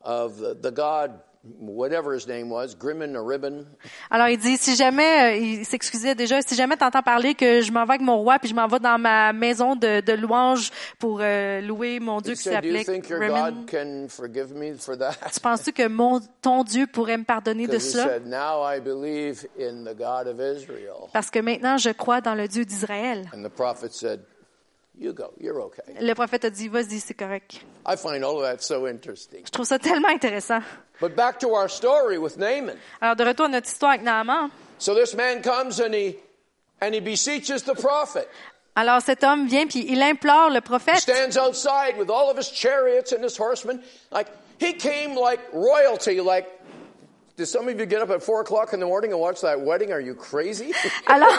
Speaker 2: of the, the God, whatever his name was, Grimmin or Ribbon,
Speaker 3: Alors, il dit, si jamais, euh, il s'excusait déjà, si jamais t'entends parler que je m'en vais avec mon roi, puis je m'en vais dans ma maison de, de louange pour euh, louer mon Dieu
Speaker 2: he
Speaker 3: qui
Speaker 2: said, Do you
Speaker 3: s'appelait
Speaker 2: think your
Speaker 3: Rimmon.
Speaker 2: God can forgive me for that?
Speaker 3: Tu penses-tu que mon, ton Dieu pourrait me pardonner de
Speaker 2: Because he
Speaker 3: cela?
Speaker 2: said, Now I believe in the God of Israel.
Speaker 3: Parce que maintenant, je crois dans le Dieu d'Israël.
Speaker 2: And the prophet said, You go, you're okay.
Speaker 3: Le prophète a dit, vas-y, c'est correct.
Speaker 2: I find all of that so interesting.
Speaker 3: Je trouve ça tellement intéressant.
Speaker 2: But back to our story with Naaman.
Speaker 3: Alors, de retour à notre histoire avec Naaman.
Speaker 2: So this man comes and he and he beseeches the prophet.
Speaker 3: Alors, cet homme vient, puis il implore le
Speaker 2: He
Speaker 3: prophète.
Speaker 2: stands outside with all of his chariots and his horsemen. Like he came like royalty, like did some of you get up at four o'clock in the morning and watch that wedding? Are you crazy?
Speaker 3: Alors,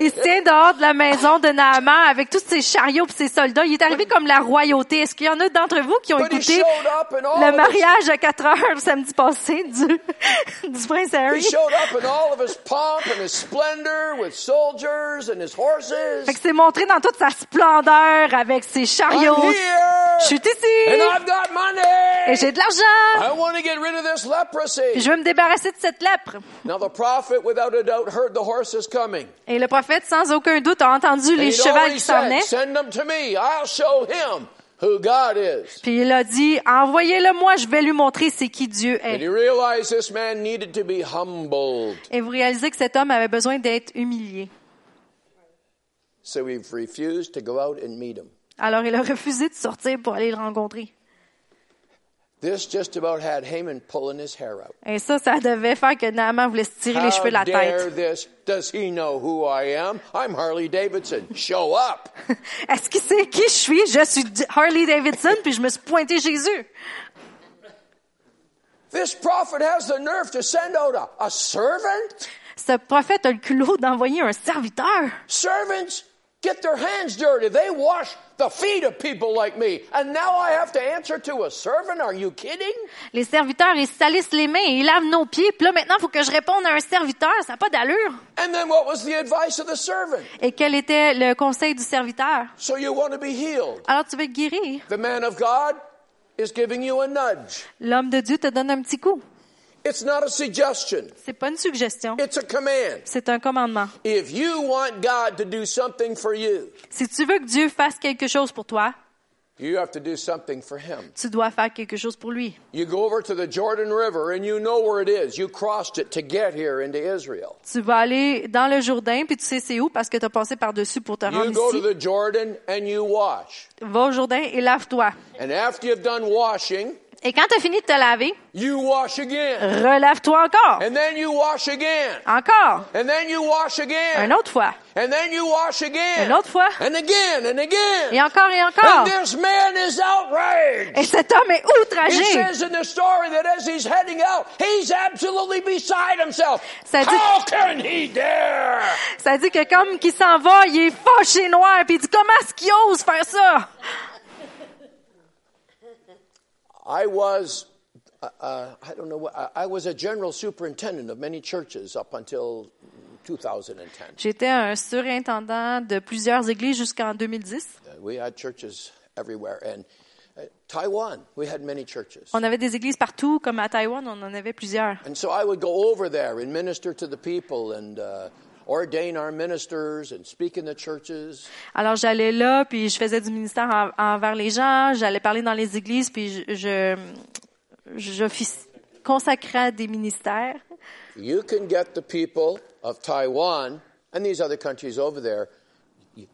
Speaker 3: il se tient dehors de la maison de Naaman avec tous ses chariots et ses soldats. Il est arrivé comme la royauté. Est-ce qu'il y en a d'entre vous qui ont
Speaker 2: But he
Speaker 3: écouté
Speaker 2: showed up and all
Speaker 3: le
Speaker 2: of his,
Speaker 3: mariage à 4 heures samedi passé du, du prince
Speaker 2: he
Speaker 3: Harry?
Speaker 2: showed up in all of his pomp and his splendor with soldiers and his horses.
Speaker 3: Fait que c'est montré dans toute sa splendeur avec ses chariots.
Speaker 2: I'm
Speaker 3: Je
Speaker 2: here
Speaker 3: suis
Speaker 2: and
Speaker 3: ici
Speaker 2: I've got
Speaker 3: et
Speaker 2: money.
Speaker 3: j'ai de l'argent.
Speaker 2: I want to get rid of this
Speaker 3: Puis
Speaker 2: leprosy.
Speaker 3: je veux me débarrasser de cette lèpre.
Speaker 2: Now the prophet, without a doubt, heard the horses coming.
Speaker 3: Et le prophète, sans aucun doute, a entendu les
Speaker 2: He'd
Speaker 3: chevaux
Speaker 2: already
Speaker 3: qui s'en venaient.
Speaker 2: said, Send them to me. I'll show him who God is.
Speaker 3: Puis il a dit, envoyez-le moi, je vais lui montrer c'est qui Dieu
Speaker 2: And
Speaker 3: est.
Speaker 2: he realized this man needed to be humbled.
Speaker 3: Et vous réalisez que cet homme avait besoin d'être humilié.
Speaker 2: So he refused to go out and meet him.
Speaker 3: Alors il a refusé de sortir pour aller le rencontrer.
Speaker 2: This just about had Haman pulling his hair out.
Speaker 3: Et ça, ça devait faire que Naaman voulait se tirer les cheveux de
Speaker 2: How
Speaker 3: la
Speaker 2: dare
Speaker 3: tête.
Speaker 2: this? Does he know who I am? I'm Harley Davidson. Show up.
Speaker 3: Est-ce qu'il sait qui je suis? Je suis Harley Davidson, puis je me suis pointé Jésus.
Speaker 2: This prophet has the nerve to send out a, a servant?
Speaker 3: Ce prophète a le culot d'envoyer un serviteur.
Speaker 2: Servants get their hands dirty. They wash the feet of people like me. And now I have to answer to a servant? Are you kidding?
Speaker 3: Les serviteurs, ils salissent les mains et ils lavent nos pieds. Puis là, maintenant, il faut que je réponde à un serviteur. Ça n'a pas d'allure.
Speaker 2: And then what was the advice of the servant?
Speaker 3: Et quel était le conseil du serviteur?
Speaker 2: So you want to be healed.
Speaker 3: Alors, tu veux te guérir.
Speaker 2: The man of God is giving you a nudge.
Speaker 3: L'homme de Dieu te donne un petit coup.
Speaker 2: It's not a suggestion.
Speaker 3: C'est pas une suggestion.
Speaker 2: It's a command.
Speaker 3: C'est un commandement.
Speaker 2: If you want God to do something for you,
Speaker 3: Si tu veux que Dieu fasse quelque chose pour toi,
Speaker 2: you have to do something for him.
Speaker 3: tu dois faire quelque chose pour lui.
Speaker 2: You go over to the Jordan River and you know where it is. You crossed it to get here into Israel.
Speaker 3: Tu vas aller dans le Jourdain, puis tu sais c'est où parce que tu as passé par-dessus pour te
Speaker 2: You
Speaker 3: rendre
Speaker 2: go to
Speaker 3: ici.
Speaker 2: the Jordan and you wash.
Speaker 3: Va au Jourdain et lave-toi.
Speaker 2: And after you've done washing,
Speaker 3: Et quand tu as fini de te laver,
Speaker 2: you wash
Speaker 3: Uh,
Speaker 2: again.
Speaker 3: relave-toi encore.
Speaker 2: And then you wash again.
Speaker 3: Encore.
Speaker 2: And then you wash again.
Speaker 3: Une autre fois.
Speaker 2: And then you wash again.
Speaker 3: Une autre fois.
Speaker 2: And again and again.
Speaker 3: Et encore et
Speaker 2: And
Speaker 3: encore.
Speaker 2: this man is outraged.
Speaker 3: Et cet homme est
Speaker 2: It
Speaker 3: outragé.
Speaker 2: says in the story that as he's heading out, he's absolutely beside himself.
Speaker 3: Ça dit-
Speaker 2: How can he dare?
Speaker 3: Ça dit que comme qu'il s'en va, il est fâché noir, puis il dit comment est-ce qu'il ose faire ça?
Speaker 2: I was, uh, uh, I don't know what, I, I was a general superintendent of many churches up until 2010.
Speaker 3: J'étais un surintendant de plusieurs églises jusqu'en 2010.
Speaker 2: Uh, We had churches everywhere. And uh, Taiwan, we had many churches.
Speaker 3: On avait des églises partout, comme à Taïwan, on en avait plusieurs.
Speaker 2: And so I would go over there and minister to the people and uh, ordain our ministers and speak in the churches.
Speaker 3: Alors j'allais là, puis je faisais du ministère en- envers les gens, j'allais parler dans les églises, puis je, je, j'offic- consacrais des ministères.
Speaker 2: You can get the people of Taiwan and these other countries over there,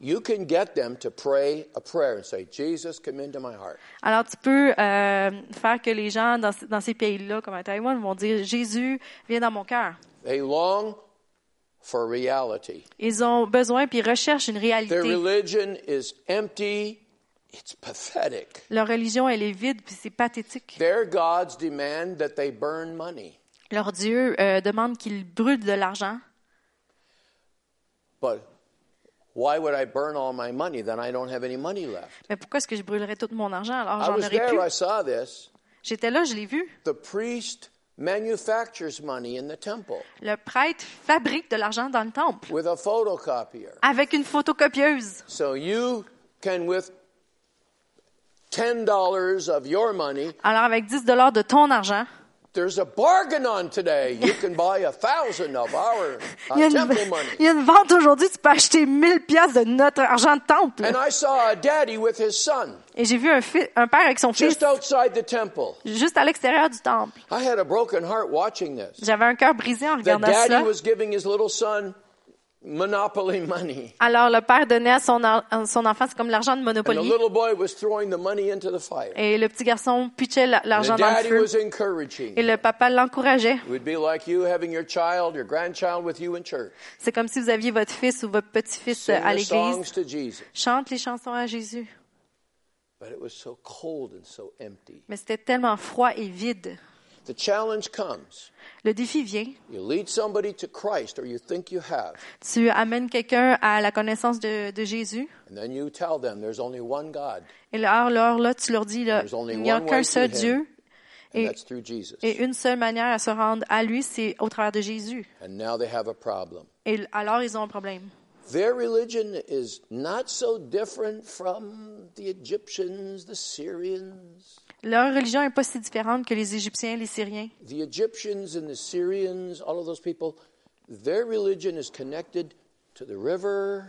Speaker 2: you can get them to pray a prayer and say, Jesus, come into my heart.
Speaker 3: Alors tu peux euh, faire que les gens dans, ce- dans ces pays-là, comme à Taïwan, vont dire Jésus viens dans mon cœur.
Speaker 2: They long for reality.
Speaker 3: Ils ont besoin puis ils recherchent une
Speaker 2: Their
Speaker 3: réalité.
Speaker 2: religion is empty, it's pathetic.
Speaker 3: Leur religion elle est vide puis c'est pathétique.
Speaker 2: Their gods demand that they burn money.
Speaker 3: Leur Dieu euh, demande qu'ils brûlent de l'argent.
Speaker 2: But why would I burn all my money? Then I don't have any money left.
Speaker 3: Mais pourquoi est-ce que je brûlerais tout mon argent alors
Speaker 2: I
Speaker 3: j'en
Speaker 2: was
Speaker 3: aurais
Speaker 2: there, I
Speaker 3: plus
Speaker 2: saw this.
Speaker 3: J'étais là, je l'ai vu.
Speaker 2: The priest manufactures money in the temple
Speaker 3: Le prêtre fabrique de l'argent dans le temple
Speaker 2: with a photocopier.
Speaker 3: avec une photocopieuse.
Speaker 2: So you can, with $10 of your money,
Speaker 3: Alors avec 10 dollars de ton argent,
Speaker 2: there's a bargain on today. You can buy a thousand of our
Speaker 3: il y a
Speaker 2: uh,
Speaker 3: une,
Speaker 2: temple money.
Speaker 3: il y a une vente aujourd'hui, tu peux acheter 1000 pièces de notre argent de temple.
Speaker 2: And I saw a daddy with his son
Speaker 3: Et j'ai vu un, fi- un père avec son fils
Speaker 2: just outside the temple.
Speaker 3: juste à l'extérieur du temple.
Speaker 2: I had a broken heart watching this.
Speaker 3: J'avais un cœur brisé en
Speaker 2: The
Speaker 3: regardant
Speaker 2: daddy
Speaker 3: cela.
Speaker 2: was giving his little son monopoly money.
Speaker 3: Alors le père donnait à son, en- à son enfant, c'est comme l'argent de
Speaker 2: And the
Speaker 3: Monopoly.
Speaker 2: little boy was throwing the money into the fire.
Speaker 3: Et le petit garçon pitchait la-
Speaker 2: And The
Speaker 3: l'argent dans le
Speaker 2: daddy
Speaker 3: feu.
Speaker 2: was encouraging.
Speaker 3: Et le papa l'encourageait.
Speaker 2: It would be like you having your child, your grandchild with you in church.
Speaker 3: C'est comme si vous aviez votre fils ou votre petit-fils euh,
Speaker 2: Sing
Speaker 3: à
Speaker 2: the
Speaker 3: l'église.
Speaker 2: songs to Jesus.
Speaker 3: Chante les chansons à Jésus.
Speaker 2: But it was so cold and so empty.
Speaker 3: Mais c'était tellement froid et vide.
Speaker 2: The challenge comes.
Speaker 3: Le défi vient.
Speaker 2: You lead somebody to Christ, or you think you have,
Speaker 3: Tu amènes quelqu'un à la connaissance de, de Jésus.
Speaker 2: and then you tell them there's only one God,
Speaker 3: Et là, là, là, tu leur dis, là,
Speaker 2: There's only
Speaker 3: il n'y a
Speaker 2: one
Speaker 3: qu'un
Speaker 2: way
Speaker 3: seul
Speaker 2: to him.
Speaker 3: Dieu
Speaker 2: and
Speaker 3: Et-
Speaker 2: that's through Jesus.
Speaker 3: et une seule manière à se rendre à lui, c'est au travers de Jésus.
Speaker 2: And now they have a problem.
Speaker 3: Et l- alors, ils ont un problème.
Speaker 2: Their religion is not so different from the Egyptians, the Syrians.
Speaker 3: Leur religion n'est pas si différente que les Égyptiens, les Syriens.
Speaker 2: The Egyptians and the Syrians, all of those people, their religion is connected to the river,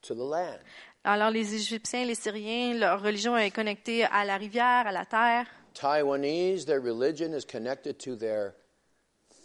Speaker 2: to the land.
Speaker 3: Alors, les Égyptiens, les Syriens, leur religion est connectée à la rivière, à la terre.
Speaker 2: Taiwanese, their religion is connected to their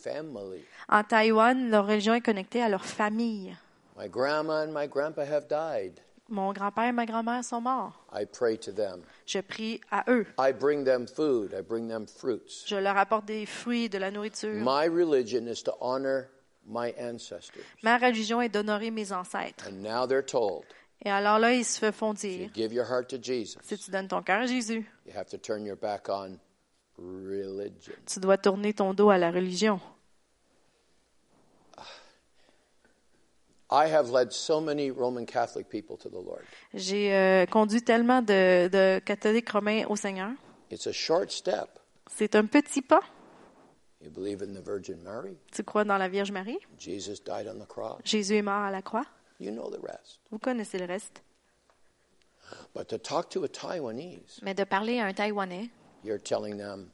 Speaker 2: family.
Speaker 3: En Taïwan, leur religion est connectée à leur famille.
Speaker 2: My grandma and my grandpa have died.
Speaker 3: Mon grand-père et ma grand-mère sont morts.
Speaker 2: I pray to them.
Speaker 3: Je prie à eux.
Speaker 2: I bring them food. I bring them fruits.
Speaker 3: Je leur apporte des fruits, de la nourriture.
Speaker 2: My religion is to honor my ancestors.
Speaker 3: Ma religion est d'honorer mes ancêtres.
Speaker 2: And now they're told
Speaker 3: Et alors là, ils se font
Speaker 2: you
Speaker 3: dire,
Speaker 2: give your heart to Jesus,
Speaker 3: si tu donnes ton cœur à Jésus,
Speaker 2: you have to turn your back on religion.
Speaker 3: tu dois tourner ton dos à la religion.
Speaker 2: I have led so many Roman Catholic people to the Lord.
Speaker 3: J'ai euh, conduit tellement de, de catholiques romains au Seigneur.
Speaker 2: It's a short step.
Speaker 3: C'est un petit pas.
Speaker 2: You believe in the Virgin Mary?
Speaker 3: Tu crois dans la Vierge Marie.
Speaker 2: Jesus died on the cross.
Speaker 3: Jésus est mort à la croix.
Speaker 2: You know the rest.
Speaker 3: Vous connaissez le reste.
Speaker 2: But to talk to a Taiwanese,
Speaker 3: Mais de parler à un Taïwanais,
Speaker 2: you're telling them,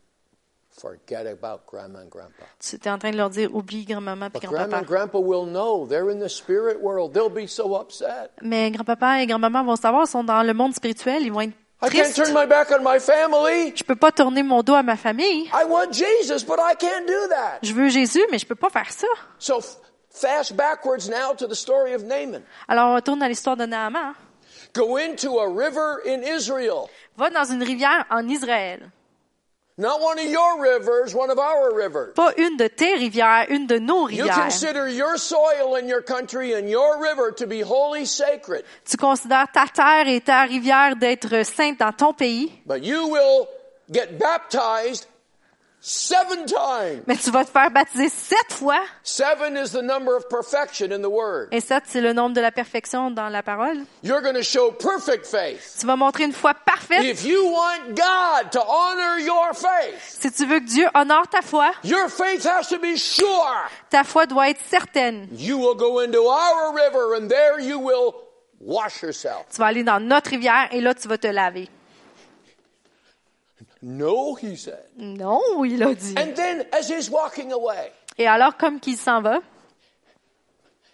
Speaker 2: forget about grandma and grandpa.
Speaker 3: tu es en train de leur dire, oublie grand-maman puis
Speaker 2: But grandma
Speaker 3: grand-papa.
Speaker 2: and grandpa will know. They're in the spirit world. They'll be so upset.
Speaker 3: Mais grand-papa et grand-maman vont savoir, ils sont dans le monde spirituel, ils vont être
Speaker 2: I can't
Speaker 3: tristes.
Speaker 2: turn my back on my family.
Speaker 3: Je peux pas tourner mon dos à ma famille.
Speaker 2: I want Jesus, but I can't do that.
Speaker 3: Je veux Jésus, mais je peux pas faire ça.
Speaker 2: So f- fast backwards now to the story of Naaman.
Speaker 3: Alors on retourne à l'histoire de Naaman.
Speaker 2: Go into a river in Israel.
Speaker 3: Va dans une rivière en Israël.
Speaker 2: Not one of your rivers, one of our rivers.
Speaker 3: Pas une de tes rivières, une de nos
Speaker 2: You
Speaker 3: rivières.
Speaker 2: consider your soil and your country and your river to be holy sacred,
Speaker 3: Tu considères ta terre et ta rivière d'être saintes dans ton pays,
Speaker 2: but you will get baptized seven times.
Speaker 3: mais tu vas te faire baptiser sept fois.
Speaker 2: Seven is the number of perfection in the word.
Speaker 3: Et sept, c'est le nombre de la perfection dans la parole.
Speaker 2: You're going to show perfect faith.
Speaker 3: Tu vas montrer une foi parfaite.
Speaker 2: If you want God to honor your faith,
Speaker 3: Si tu veux que Dieu honore ta foi,
Speaker 2: your faith has to be sure.
Speaker 3: ta foi doit être certaine.
Speaker 2: You will go into our river and there you will wash yourself.
Speaker 3: Tu vas aller dans notre rivière et là, tu vas te laver.
Speaker 2: No, he said.
Speaker 3: Non, il a dit.
Speaker 2: And then as he's walking away,
Speaker 3: Et alors, comme qu'il s'en va,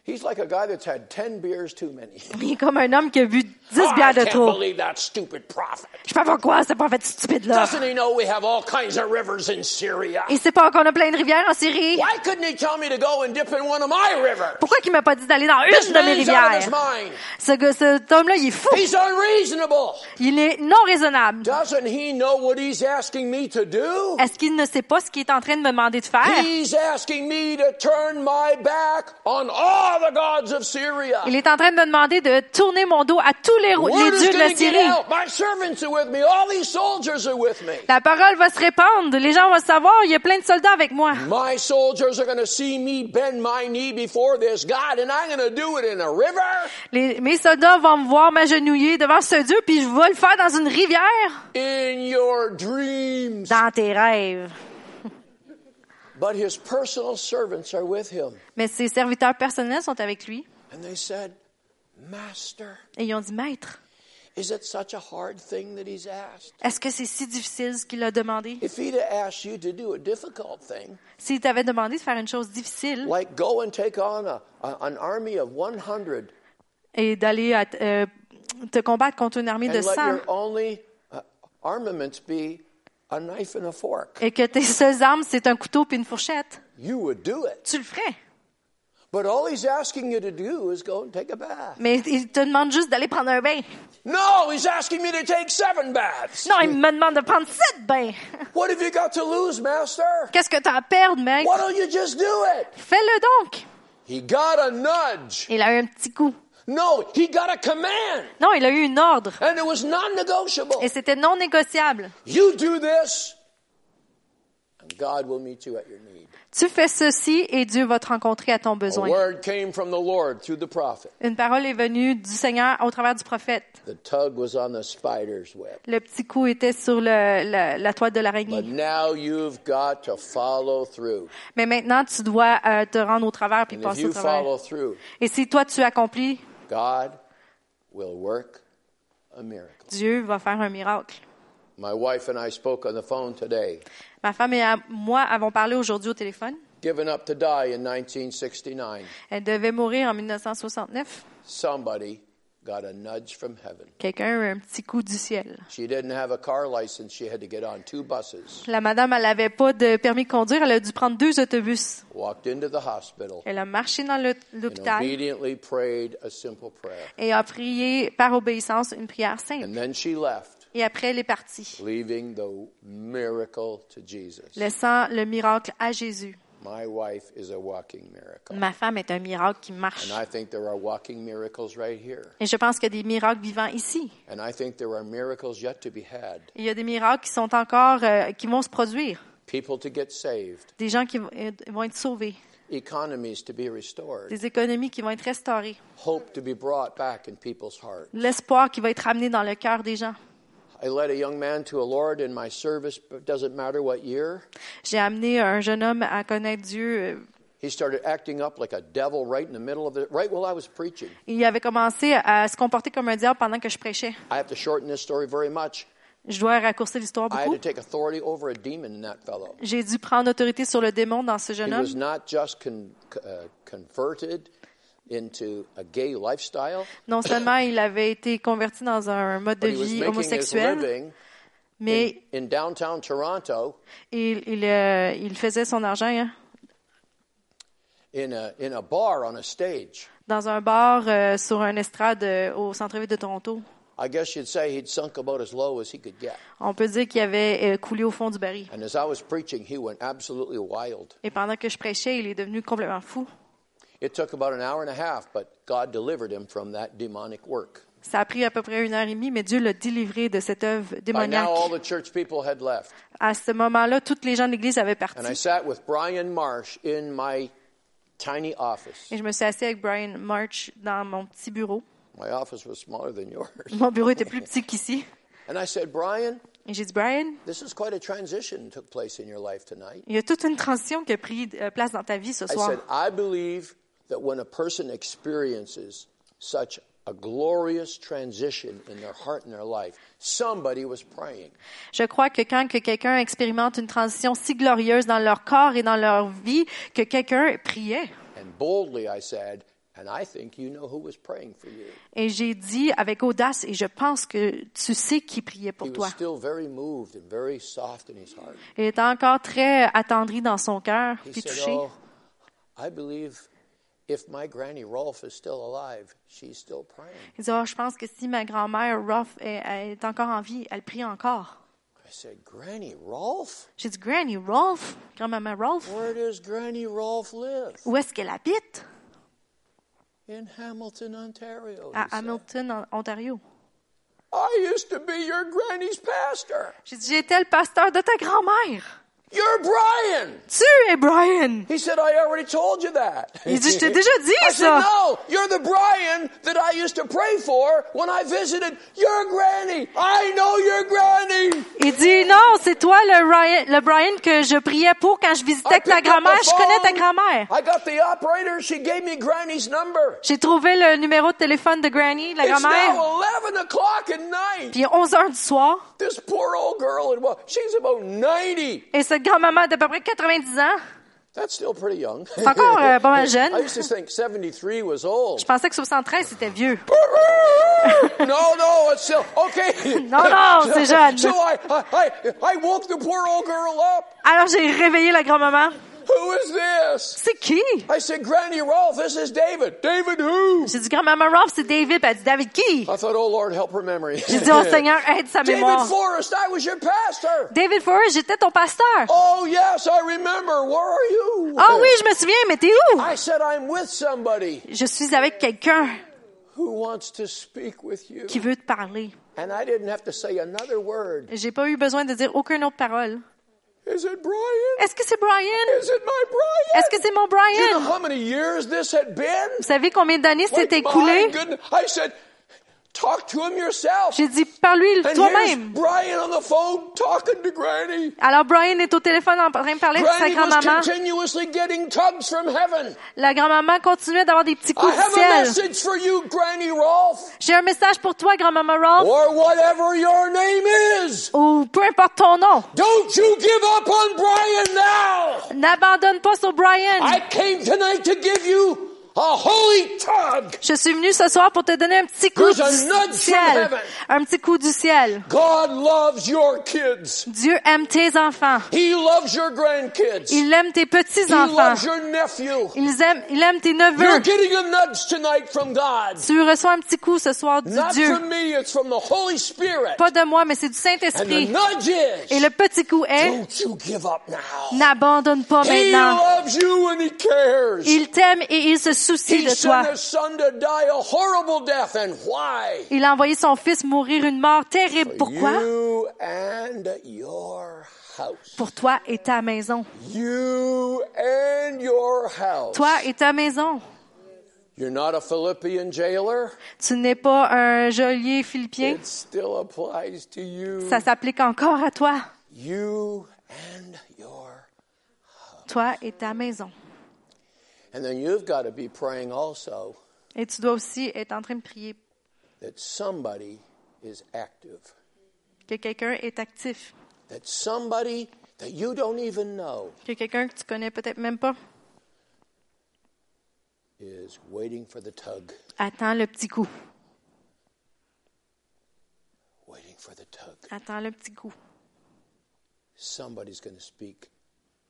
Speaker 2: he's like a guy that's had 10 beers too many.
Speaker 3: il est comme un homme qui a bu
Speaker 2: Oh,
Speaker 3: 10
Speaker 2: I
Speaker 3: bières de
Speaker 2: can't
Speaker 3: trop.
Speaker 2: believe that stupid prophet.
Speaker 3: Je sais pas pourquoi, c'est pas fait stupide là.
Speaker 2: Doesn't he know we have all kinds of rivers in Syria?
Speaker 3: Il sait pas qu'on a plein de rivières en Syrie.
Speaker 2: Why couldn't he tell me to go and dip in one of my rivers?
Speaker 3: Pourquoi qu'il m'a pas dit d'aller dans
Speaker 2: This
Speaker 3: une de mes
Speaker 2: man's out of his
Speaker 3: rivières?
Speaker 2: mind.
Speaker 3: Ce, gars- cet homme-là, il est fou.
Speaker 2: He's unreasonable.
Speaker 3: Il est non raisonnable.
Speaker 2: Doesn't he know what he's asking me to do?
Speaker 3: Est-ce qu'il ne sait pas ce qu'il est en train de me demander de faire?
Speaker 2: He's asking me to turn my back on all all the gods of Syria.
Speaker 3: Il est en train de me demander de tourner mon dos à tous les, les
Speaker 2: Word is
Speaker 3: dieux de la
Speaker 2: going to get
Speaker 3: Syrie.
Speaker 2: out. My servants are with me. All these soldiers are with me.
Speaker 3: La parole va se répandre. Les gens vont savoir. Il y a plein de soldats avec moi.
Speaker 2: My soldiers are going to see me bend my knee before this God, and I'm going to do it in a river,
Speaker 3: Les- mes soldats vont me voir m'agenouiller devant ce Dieu, puis je vais le faire dans une rivière.
Speaker 2: in your dreams.
Speaker 3: Dans tes rêves.
Speaker 2: But his personal servants are with him.
Speaker 3: Mais ses serviteurs personnels sont avec lui.
Speaker 2: And they said, Master,
Speaker 3: Et ils ont dit, Maître,
Speaker 2: is it such a hard thing that he's asked?
Speaker 3: est-ce que c'est si difficile ce qu'il a demandé?
Speaker 2: If he'd have asked you to do a difficult thing,
Speaker 3: S'il t'avait demandé de faire une chose difficile
Speaker 2: like go and take on a, a- an army of 100
Speaker 3: et d'aller à t- euh, te combattre contre une armée de
Speaker 2: and let
Speaker 3: 100
Speaker 2: your only uh, armaments be a knife and a fork,
Speaker 3: et que tes seules armes, c'est un couteau puis une fourchette,
Speaker 2: you would do it.
Speaker 3: tu le ferais.
Speaker 2: But all he's asking you to do is go and take a bath.
Speaker 3: Mais il te demande juste d'aller prendre un bain.
Speaker 2: No, he's asking me to take seven baths.
Speaker 3: Non, il me demande de prendre sept bains.
Speaker 2: What have you got to lose, Master?
Speaker 3: Qu'est-ce que t'as à perdre, mec?
Speaker 2: Why don't you just do it?
Speaker 3: Fais-le donc.
Speaker 2: He got a nudge.
Speaker 3: Il a eu un petit coup.
Speaker 2: No, he got a command.
Speaker 3: Non, il a eu une ordre.
Speaker 2: And it was non negotiable.
Speaker 3: Et c'était non négociable.
Speaker 2: You do this, and God will meet you at your need.
Speaker 3: Tu fais ceci et Dieu va te rencontrer à ton
Speaker 2: A
Speaker 3: besoin.
Speaker 2: word came from the Lord through the prophet.
Speaker 3: Une parole est venue du Seigneur au travers du prophète.
Speaker 2: The tug was on the spider's web.
Speaker 3: Le petit coup était sur le- le- la toile de
Speaker 2: But
Speaker 3: l'araignée.
Speaker 2: now you've got to follow through.
Speaker 3: Mais maintenant, tu dois euh, te rendre au travers puis
Speaker 2: And if
Speaker 3: passer au
Speaker 2: you follow
Speaker 3: travers.
Speaker 2: through,
Speaker 3: Et si toi, tu accomplis,
Speaker 2: God will work a miracle.
Speaker 3: Dieu va faire un miracle.
Speaker 2: My wife and I spoke on the phone today.
Speaker 3: Ma femme et à- moi avons parlé aujourd'hui au téléphone.
Speaker 2: Given up to die in 1969,
Speaker 3: Elle devait mourir en 1969.
Speaker 2: somebody got a nudge from heaven.
Speaker 3: Quelqu'un a eu un petit coup du ciel.
Speaker 2: She didn't have a car license. She had to get on two buses.
Speaker 3: La madame, elle n'avait pas de permis de conduire. Elle a dû prendre deux autobus.
Speaker 2: Walked into the hospital
Speaker 3: Elle a marché dans le-
Speaker 2: and
Speaker 3: l'hôpital
Speaker 2: obediently prayed a simple prayer.
Speaker 3: et a prié par obéissance une prière sainte.
Speaker 2: And then she left,
Speaker 3: Et après, elle est partie,
Speaker 2: leaving the miracle to Jesus.
Speaker 3: laissant le miracle à Jésus.
Speaker 2: My wife is a walking miracle.
Speaker 3: Ma femme est un miracle qui marche.
Speaker 2: And I think there are walking miracles right here.
Speaker 3: Et je pense qu'il y a des miracles vivants ici.
Speaker 2: And I think there are miracles yet to be had.
Speaker 3: Il y a des miracles qui sont encore, euh, qui vont se produire.
Speaker 2: People to get saved,
Speaker 3: Des gens qui vont être- vont être sauvés.
Speaker 2: economies to be restored,
Speaker 3: Des économies qui vont être restaurées.
Speaker 2: hope to be brought back in people's heart.
Speaker 3: L'espoir qui va être amené dans le cœur des gens.
Speaker 2: I led a young man to a Lord in my service, but it doesn't matter what year.
Speaker 3: J'ai amené un jeune homme à connaître Dieu. euh,
Speaker 2: He started acting up like a devil right in the middle of it, right while I was preaching.
Speaker 3: Il avait commencé à se comporter comme un diable pendant que je prêchais.
Speaker 2: I have to shorten this story very much.
Speaker 3: Je dois raccourcir l'histoire
Speaker 2: I had
Speaker 3: beaucoup.
Speaker 2: to take authority over a demon in that fellow.
Speaker 3: J'ai dû prendre autorité sur le démon dans ce
Speaker 2: He
Speaker 3: jeune
Speaker 2: was
Speaker 3: homme.
Speaker 2: not just con- uh, converted into a gay lifestyle,
Speaker 3: Non seulement il avait été converti dans un mode de
Speaker 2: but he was
Speaker 3: vie
Speaker 2: making his
Speaker 3: homosexuel,
Speaker 2: living in,
Speaker 3: mais
Speaker 2: in downtown Toronto
Speaker 3: il, il, euh, il faisait son argent hein,
Speaker 2: in a in a bar on a stage.
Speaker 3: dans un bar euh, sur un estrade euh, au centre-ville de Toronto.
Speaker 2: I guess you'd say he'd sunk about as low as he could get.
Speaker 3: On peut dire qu'il avait euh, coulé au fond du baril.
Speaker 2: And as I was preaching, he went absolutely wild.
Speaker 3: Et pendant que je prêchais, il est devenu complètement fou.
Speaker 2: It took about an hour and a half, but God delivered him from that demonic work.
Speaker 3: Ça a pris à peu près une heure et demie, mais Dieu l'a délivré de cette œuvre
Speaker 2: By
Speaker 3: démoniaque.
Speaker 2: now, all the church people had left.
Speaker 3: À ce moment-là, toutes les gens de l'Église avaient
Speaker 2: And I
Speaker 3: parti.
Speaker 2: sat with Brian Marsh in my tiny office.
Speaker 3: Et je me suis assise avec Brian March dans mon petit bureau.
Speaker 2: My office was smaller than yours.
Speaker 3: Mon bureau était plus petit qu'ici.
Speaker 2: And I said, Brian,
Speaker 3: Et j'ai dit, Brian,
Speaker 2: this is quite a transition took place in your life tonight.
Speaker 3: il y a toute une transition qui a pris euh, place dans ta vie ce
Speaker 2: I
Speaker 3: soir.
Speaker 2: said, I believe that when a person experiences such a glorious transition in their heart and their life, somebody was praying.
Speaker 3: Je crois que quand que quelqu'un expérimente une transition si glorieuse dans leur corps et dans leur vie, que quelqu'un priait.
Speaker 2: And boldly I said, and I think you know who was praying for you.
Speaker 3: Et j'ai dit avec audace, et je pense que tu sais qui priait
Speaker 2: He
Speaker 3: pour
Speaker 2: was
Speaker 3: toi.
Speaker 2: still very moved and very soft in his heart.
Speaker 3: Il était encore très attendri dans son cœur,
Speaker 2: He
Speaker 3: puis
Speaker 2: said,
Speaker 3: touché.
Speaker 2: Oh, I believe if my granny Rolf is still alive, she's still praying.
Speaker 3: Il dit, oh, je pense que si ma grand-mère, Ruff, est, elle est encore en vie, elle prie encore.
Speaker 2: I said, Granny Rolf?
Speaker 3: J'ai dit, Granny Rolf, grand-maman Rolf,
Speaker 2: Where does Granny Rolf live?
Speaker 3: où est-ce qu'elle habite?
Speaker 2: in Hamilton, Ontario. he
Speaker 3: à
Speaker 2: said.
Speaker 3: Hamilton, en Ontario.
Speaker 2: I used to be your granny's pastor.
Speaker 3: J'ai dit, j'étais le pasteur de ta grand-mère.
Speaker 2: You're Brian.
Speaker 3: Tu es Brian.
Speaker 2: He said, I already told you that.
Speaker 3: Il dit, je t'ai déjà
Speaker 2: I
Speaker 3: dit
Speaker 2: said,
Speaker 3: ça.
Speaker 2: no, you're the Brian that I used to pray for when I visited your granny. I know your granny.
Speaker 3: Il dit, non, c'est toi le, Ryan- le Brian que je priais pour quand je visitais
Speaker 2: I
Speaker 3: avec ta
Speaker 2: picked up
Speaker 3: grand-mère.
Speaker 2: the
Speaker 3: Je connais ta
Speaker 2: phone.
Speaker 3: grand-mère.
Speaker 2: I got the operator. She gave me granny's number.
Speaker 3: J'ai trouvé le numéro de téléphone de Granny, la
Speaker 2: It's
Speaker 3: grand-mère.
Speaker 2: now 11 o'clock at night.
Speaker 3: Puis il est 11 heures du soir.
Speaker 2: This poor old girl, and well, she's about 90.
Speaker 3: Et cette grand-maman d'à peu près 90 ans.
Speaker 2: That's still pretty young.
Speaker 3: encore, euh, pas mal jeune.
Speaker 2: I used to think 73 was old.
Speaker 3: Je pensais que 73, c'était vieux.
Speaker 2: no, no, it's still okay.
Speaker 3: Non, non, c'est jeune.
Speaker 2: So I, I, I, I woke the poor old girl up.
Speaker 3: Alors j'ai réveillé la grand-maman.
Speaker 2: Who is this?
Speaker 3: C'est qui?
Speaker 2: I said, Granny Rolf, this is David. David who?
Speaker 3: J'ai dit, grand-maman Ralph, c'est David. Puis elle dit, David qui?
Speaker 2: I thought, oh Lord, help her memory.
Speaker 3: J'ai dit, oh Seigneur, aide sa
Speaker 2: David
Speaker 3: mémoire.
Speaker 2: Forrest, I was your pastor.
Speaker 3: David Forrest, j'étais ton pasteur.
Speaker 2: Oh yes, I remember. Where are you?
Speaker 3: Ah oui, je me souviens, mais t'es où?
Speaker 2: I said, I'm with somebody
Speaker 3: Je suis avec quelqu'un
Speaker 2: who wants to speak with you.
Speaker 3: qui veut te parler.
Speaker 2: And I didn't have to say another word.
Speaker 3: J'ai pas eu besoin de dire aucune autre parole.
Speaker 2: Is it Brian?
Speaker 3: Est-ce que c'est Brian?
Speaker 2: Is it my Brian?
Speaker 3: Est-ce que c'est mon
Speaker 2: Do you know
Speaker 3: Brian?
Speaker 2: how many years this had been?
Speaker 3: Vous savez combien d'années
Speaker 2: Like,
Speaker 3: s'est
Speaker 2: my
Speaker 3: écoulé?
Speaker 2: goodness. I said, talk to him yourself.
Speaker 3: J'ai dit, parle-lui
Speaker 2: And here's
Speaker 3: toi-même.
Speaker 2: Brian on the phone talking to Granny.
Speaker 3: Alors Brian est au téléphone en train de parler avec sa
Speaker 2: Granny was
Speaker 3: grand-maman.
Speaker 2: continuously getting tubs from heaven.
Speaker 3: La grand-maman continuait d'avoir des petits
Speaker 2: I
Speaker 3: coups du
Speaker 2: have a
Speaker 3: ciel.
Speaker 2: message for you, Granny Rolf,
Speaker 3: J'ai un message pour toi, grand-maman Ralph,
Speaker 2: or whatever your name is.
Speaker 3: ou peu importe ton nom.
Speaker 2: Don't you give up on Brian now.
Speaker 3: N'abandonne pas sur Brian.
Speaker 2: I came tonight to give you a holy tug.
Speaker 3: Je suis venu ce soir pour te donner un petit coup
Speaker 2: There's a nudge from
Speaker 3: du ciel.
Speaker 2: heaven.
Speaker 3: Un petit coup du ciel.
Speaker 2: God loves your kids.
Speaker 3: Dieu aime tes enfants.
Speaker 2: He loves your grandkids.
Speaker 3: Il aime tes
Speaker 2: he loves
Speaker 3: petits-enfants.
Speaker 2: your nephew.
Speaker 3: Il aime, il aime tes
Speaker 2: You're
Speaker 3: neveux.
Speaker 2: getting a nudge tonight from God.
Speaker 3: Tu reçois un petit coup ce soir du
Speaker 2: Not
Speaker 3: Dieu.
Speaker 2: from me, it's from the Holy Spirit.
Speaker 3: Pas de moi, mais c'est du
Speaker 2: and the
Speaker 3: Saint-Esprit.
Speaker 2: nudge is,
Speaker 3: Et le petit coup est,
Speaker 2: don't you give up now.
Speaker 3: n'abandonne pas
Speaker 2: He
Speaker 3: maintenant.
Speaker 2: loves you and he cares.
Speaker 3: Il t'aime et il se
Speaker 2: he
Speaker 3: soucie de
Speaker 2: sent
Speaker 3: toi.
Speaker 2: his son to die a horrible death, and why?
Speaker 3: Il a envoyé son fils mourir une mort terrible. Pourquoi?
Speaker 2: You and your house.
Speaker 3: Pour toi et ta maison.
Speaker 2: You and your house.
Speaker 3: Toi et ta maison.
Speaker 2: You're not a Philippian jailer.
Speaker 3: Tu n'es pas un geôlier philippien.
Speaker 2: It still applies to you.
Speaker 3: Ça s'applique encore à toi.
Speaker 2: You and your.
Speaker 3: Toi et ta maison.
Speaker 2: And then you've got to be praying also
Speaker 3: Et tu dois aussi être en train de prier
Speaker 2: that somebody is active,
Speaker 3: que quelqu'un est actif,
Speaker 2: that somebody that you don't even know
Speaker 3: que quelqu'un que tu connais peut-être même pas
Speaker 2: is waiting for the tug,
Speaker 3: attends le petit coup.
Speaker 2: waiting for the tug.
Speaker 3: Attends le petit coup.
Speaker 2: Somebody's going to speak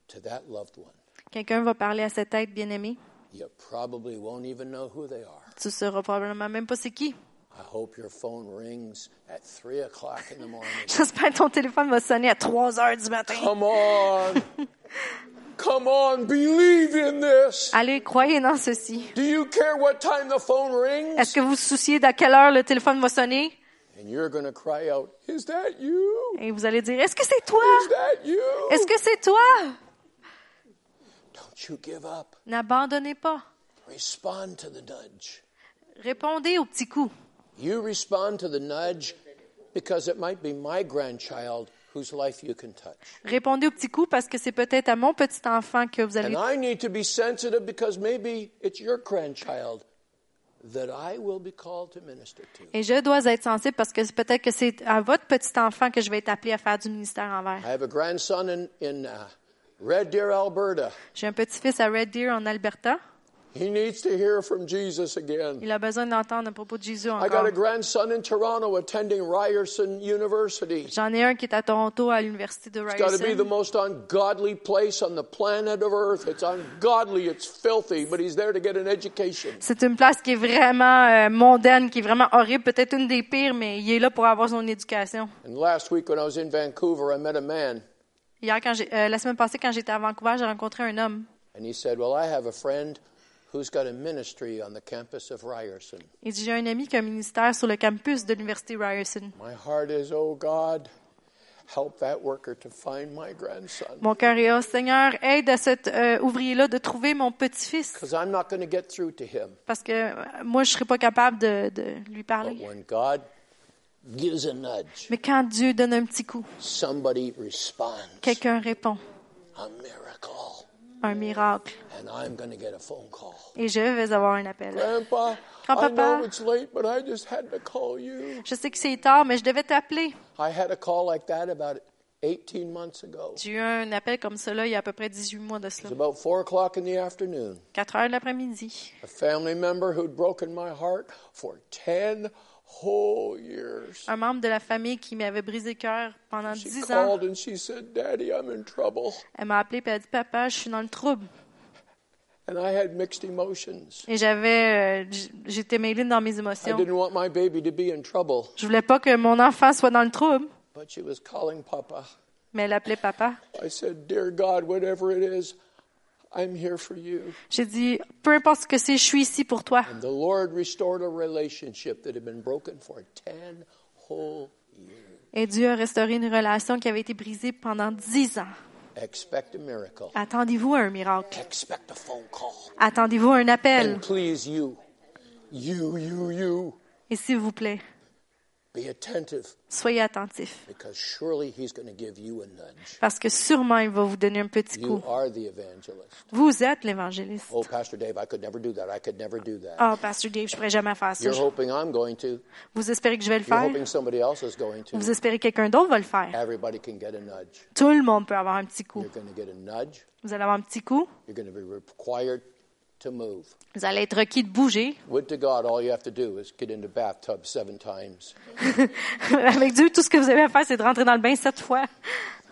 Speaker 2: to that loved one.
Speaker 3: Quelqu'un va parler à cette tête bien-aimée.
Speaker 2: You probably won't even know who they are.
Speaker 3: Tu sauras probablement même pas c'est qui.
Speaker 2: I hope your phone rings at 3 o'clock in the morning.
Speaker 3: J'espère que ton téléphone va sonner à 3 heures du matin.
Speaker 2: Come on. Come on, believe in this.
Speaker 3: Allez, croyez dans ceci.
Speaker 2: Do you care what time the phone rings?
Speaker 3: Est-ce que vous vous souciez d'à quelle heure le téléphone va sonner?
Speaker 2: And you're going to cry out, Is that you?
Speaker 3: Et vous allez dire, est-ce que c'est toi?
Speaker 2: Is that you?
Speaker 3: Est-ce Ah. que c'est toi?
Speaker 2: Don't you give up.
Speaker 3: N'abandonnez pas.
Speaker 2: Respond to the nudge.
Speaker 3: Répondez au petit coup.
Speaker 2: You respond to the nudge because it might be my grandchild whose life you can touch.
Speaker 3: Répondez au petit coup parce que c'est peut-être à mon petit-enfant que vous allez...
Speaker 2: And I need to be sensitive because maybe it's your grandchild that I will be called to minister to.
Speaker 3: Et je dois être sensible parce que c'est peut-être que c'est à votre petit-enfant que je vais être appelée à faire du ministère envers.
Speaker 2: I have a grandson in, in uh, Red Deer, Alberta.
Speaker 3: J'ai un petit-fils à Red Deer en Alberta.
Speaker 2: He needs to hear from Jesus again.
Speaker 3: Il a besoin d'entendre à propos de Jésus
Speaker 2: I got
Speaker 3: encore.
Speaker 2: a grandson in Toronto attending Ryerson University.
Speaker 3: J'en ai un qui est à Toronto à l'université de
Speaker 2: It's got to be the
Speaker 3: Ryerson.
Speaker 2: most ungodly place on the planet of Earth. It's ungodly, it's filthy, but he's there to get an education.
Speaker 3: C'est une place qui est vraiment euh, mondaine, qui est vraiment horrible, peut-être une des pires, mais il est là pour avoir son éducation.
Speaker 2: And last week when I was in Vancouver, I met a man,
Speaker 3: Hier, quand j'ai, euh, la semaine passée, quand j'étais à Vancouver, j'ai rencontré un homme.
Speaker 2: and he said, Well, I have a friend who's got a ministry on the campus of Ryerson.
Speaker 3: Il dit, j'ai un ami qui a un ministère sur le campus de l'Université Ryerson.
Speaker 2: My heart is, oh God, help that worker to find my grandson.
Speaker 3: Mon cœur est, oh Seigneur, aide à cet euh, ouvrier-là de trouver mon petit-fils.
Speaker 2: Because I'm not going to get through to him.
Speaker 3: Parce que euh, moi, je ne serais pas capable de, de lui
Speaker 2: But
Speaker 3: parler.
Speaker 2: when God gives a nudge,
Speaker 3: Mais quand Dieu donne un petit coup,
Speaker 2: somebody responds.
Speaker 3: quelqu'un répond,
Speaker 2: A miracle.
Speaker 3: un miracle,
Speaker 2: And I'm going to get a phone call.
Speaker 3: et je vais avoir un appel.
Speaker 2: Grandpa, I know
Speaker 3: Grandpapa.
Speaker 2: it's late, but I just had to call you.
Speaker 3: Je sais que c'est tard, mais je devais t'appeler.
Speaker 2: I had a call like that about 18 months ago.
Speaker 3: J'ai eu un appel comme cela il y a à peu près 18 mois de
Speaker 2: It
Speaker 3: cela.
Speaker 2: was about 4 o'clock in the afternoon.
Speaker 3: 4 heures de l'après-midi.
Speaker 2: A family member who'd broken my heart for 10 whole years.
Speaker 3: Un membre de la famille qui m'avait brisé le cœur pendant
Speaker 2: She
Speaker 3: 10 ans.
Speaker 2: called and she said, Daddy, I'm in trouble.
Speaker 3: Elle m'a appelé et elle a dit Papa, je suis dans le trouble.
Speaker 2: And I had mixed emotions.
Speaker 3: Et j'avais. euh, j- J'étais mêline dans mes
Speaker 2: I
Speaker 3: émotions.
Speaker 2: didn't want my baby to be in trouble,
Speaker 3: Je voulais pas que mon enfant soit dans le trouble,
Speaker 2: but she was calling Papa.
Speaker 3: mais elle appelait papa.
Speaker 2: I said, Dear God, whatever it is, I'm here for you.
Speaker 3: J'ai dit Peu importe ce que c'est, je suis ici pour toi.
Speaker 2: And the Lord restored a relationship that had been broken for 10 whole years.
Speaker 3: Et Dieu a restauré une relation qui avait été brisée pendant 10 ans.
Speaker 2: Expect a miracle.
Speaker 3: Attendez-vous à un miracle.
Speaker 2: Expect a phone call.
Speaker 3: Attendez-vous à un appel.
Speaker 2: And please, you, you, you, you,
Speaker 3: Et s'il vous plaît,
Speaker 2: be attentive
Speaker 3: soyez attentifs.
Speaker 2: because surely He's going to give you a nudge.
Speaker 3: Parce que sûrement, il va vous donner un petit coup.
Speaker 2: You are the evangelist.
Speaker 3: Vous êtes l'évangéliste.
Speaker 2: Oh, Pastor Dave, I could never do that. I could never do that.
Speaker 3: Ah, Pasteur Dave, je pourrais jamais faire ça.
Speaker 2: You're hoping I'm going to.
Speaker 3: Vous espérez que je vais le
Speaker 2: You're
Speaker 3: faire?
Speaker 2: hoping somebody else is going
Speaker 3: Vous
Speaker 2: to.
Speaker 3: espérez que quelqu'un d'autre va le faire?
Speaker 2: Everybody can get a nudge.
Speaker 3: Tout le monde peut avoir un petit coup.
Speaker 2: You're going to get a nudge.
Speaker 3: Vous allez avoir un petit coup.
Speaker 2: You're going to be required to move.
Speaker 3: Vous allez être requis de bouger.
Speaker 2: Would to God, all you have to do is get in the bathtub seven times.
Speaker 3: Avec Dieu, tout ce que vous avez à faire, c'est de rentrer dans le bain sept fois.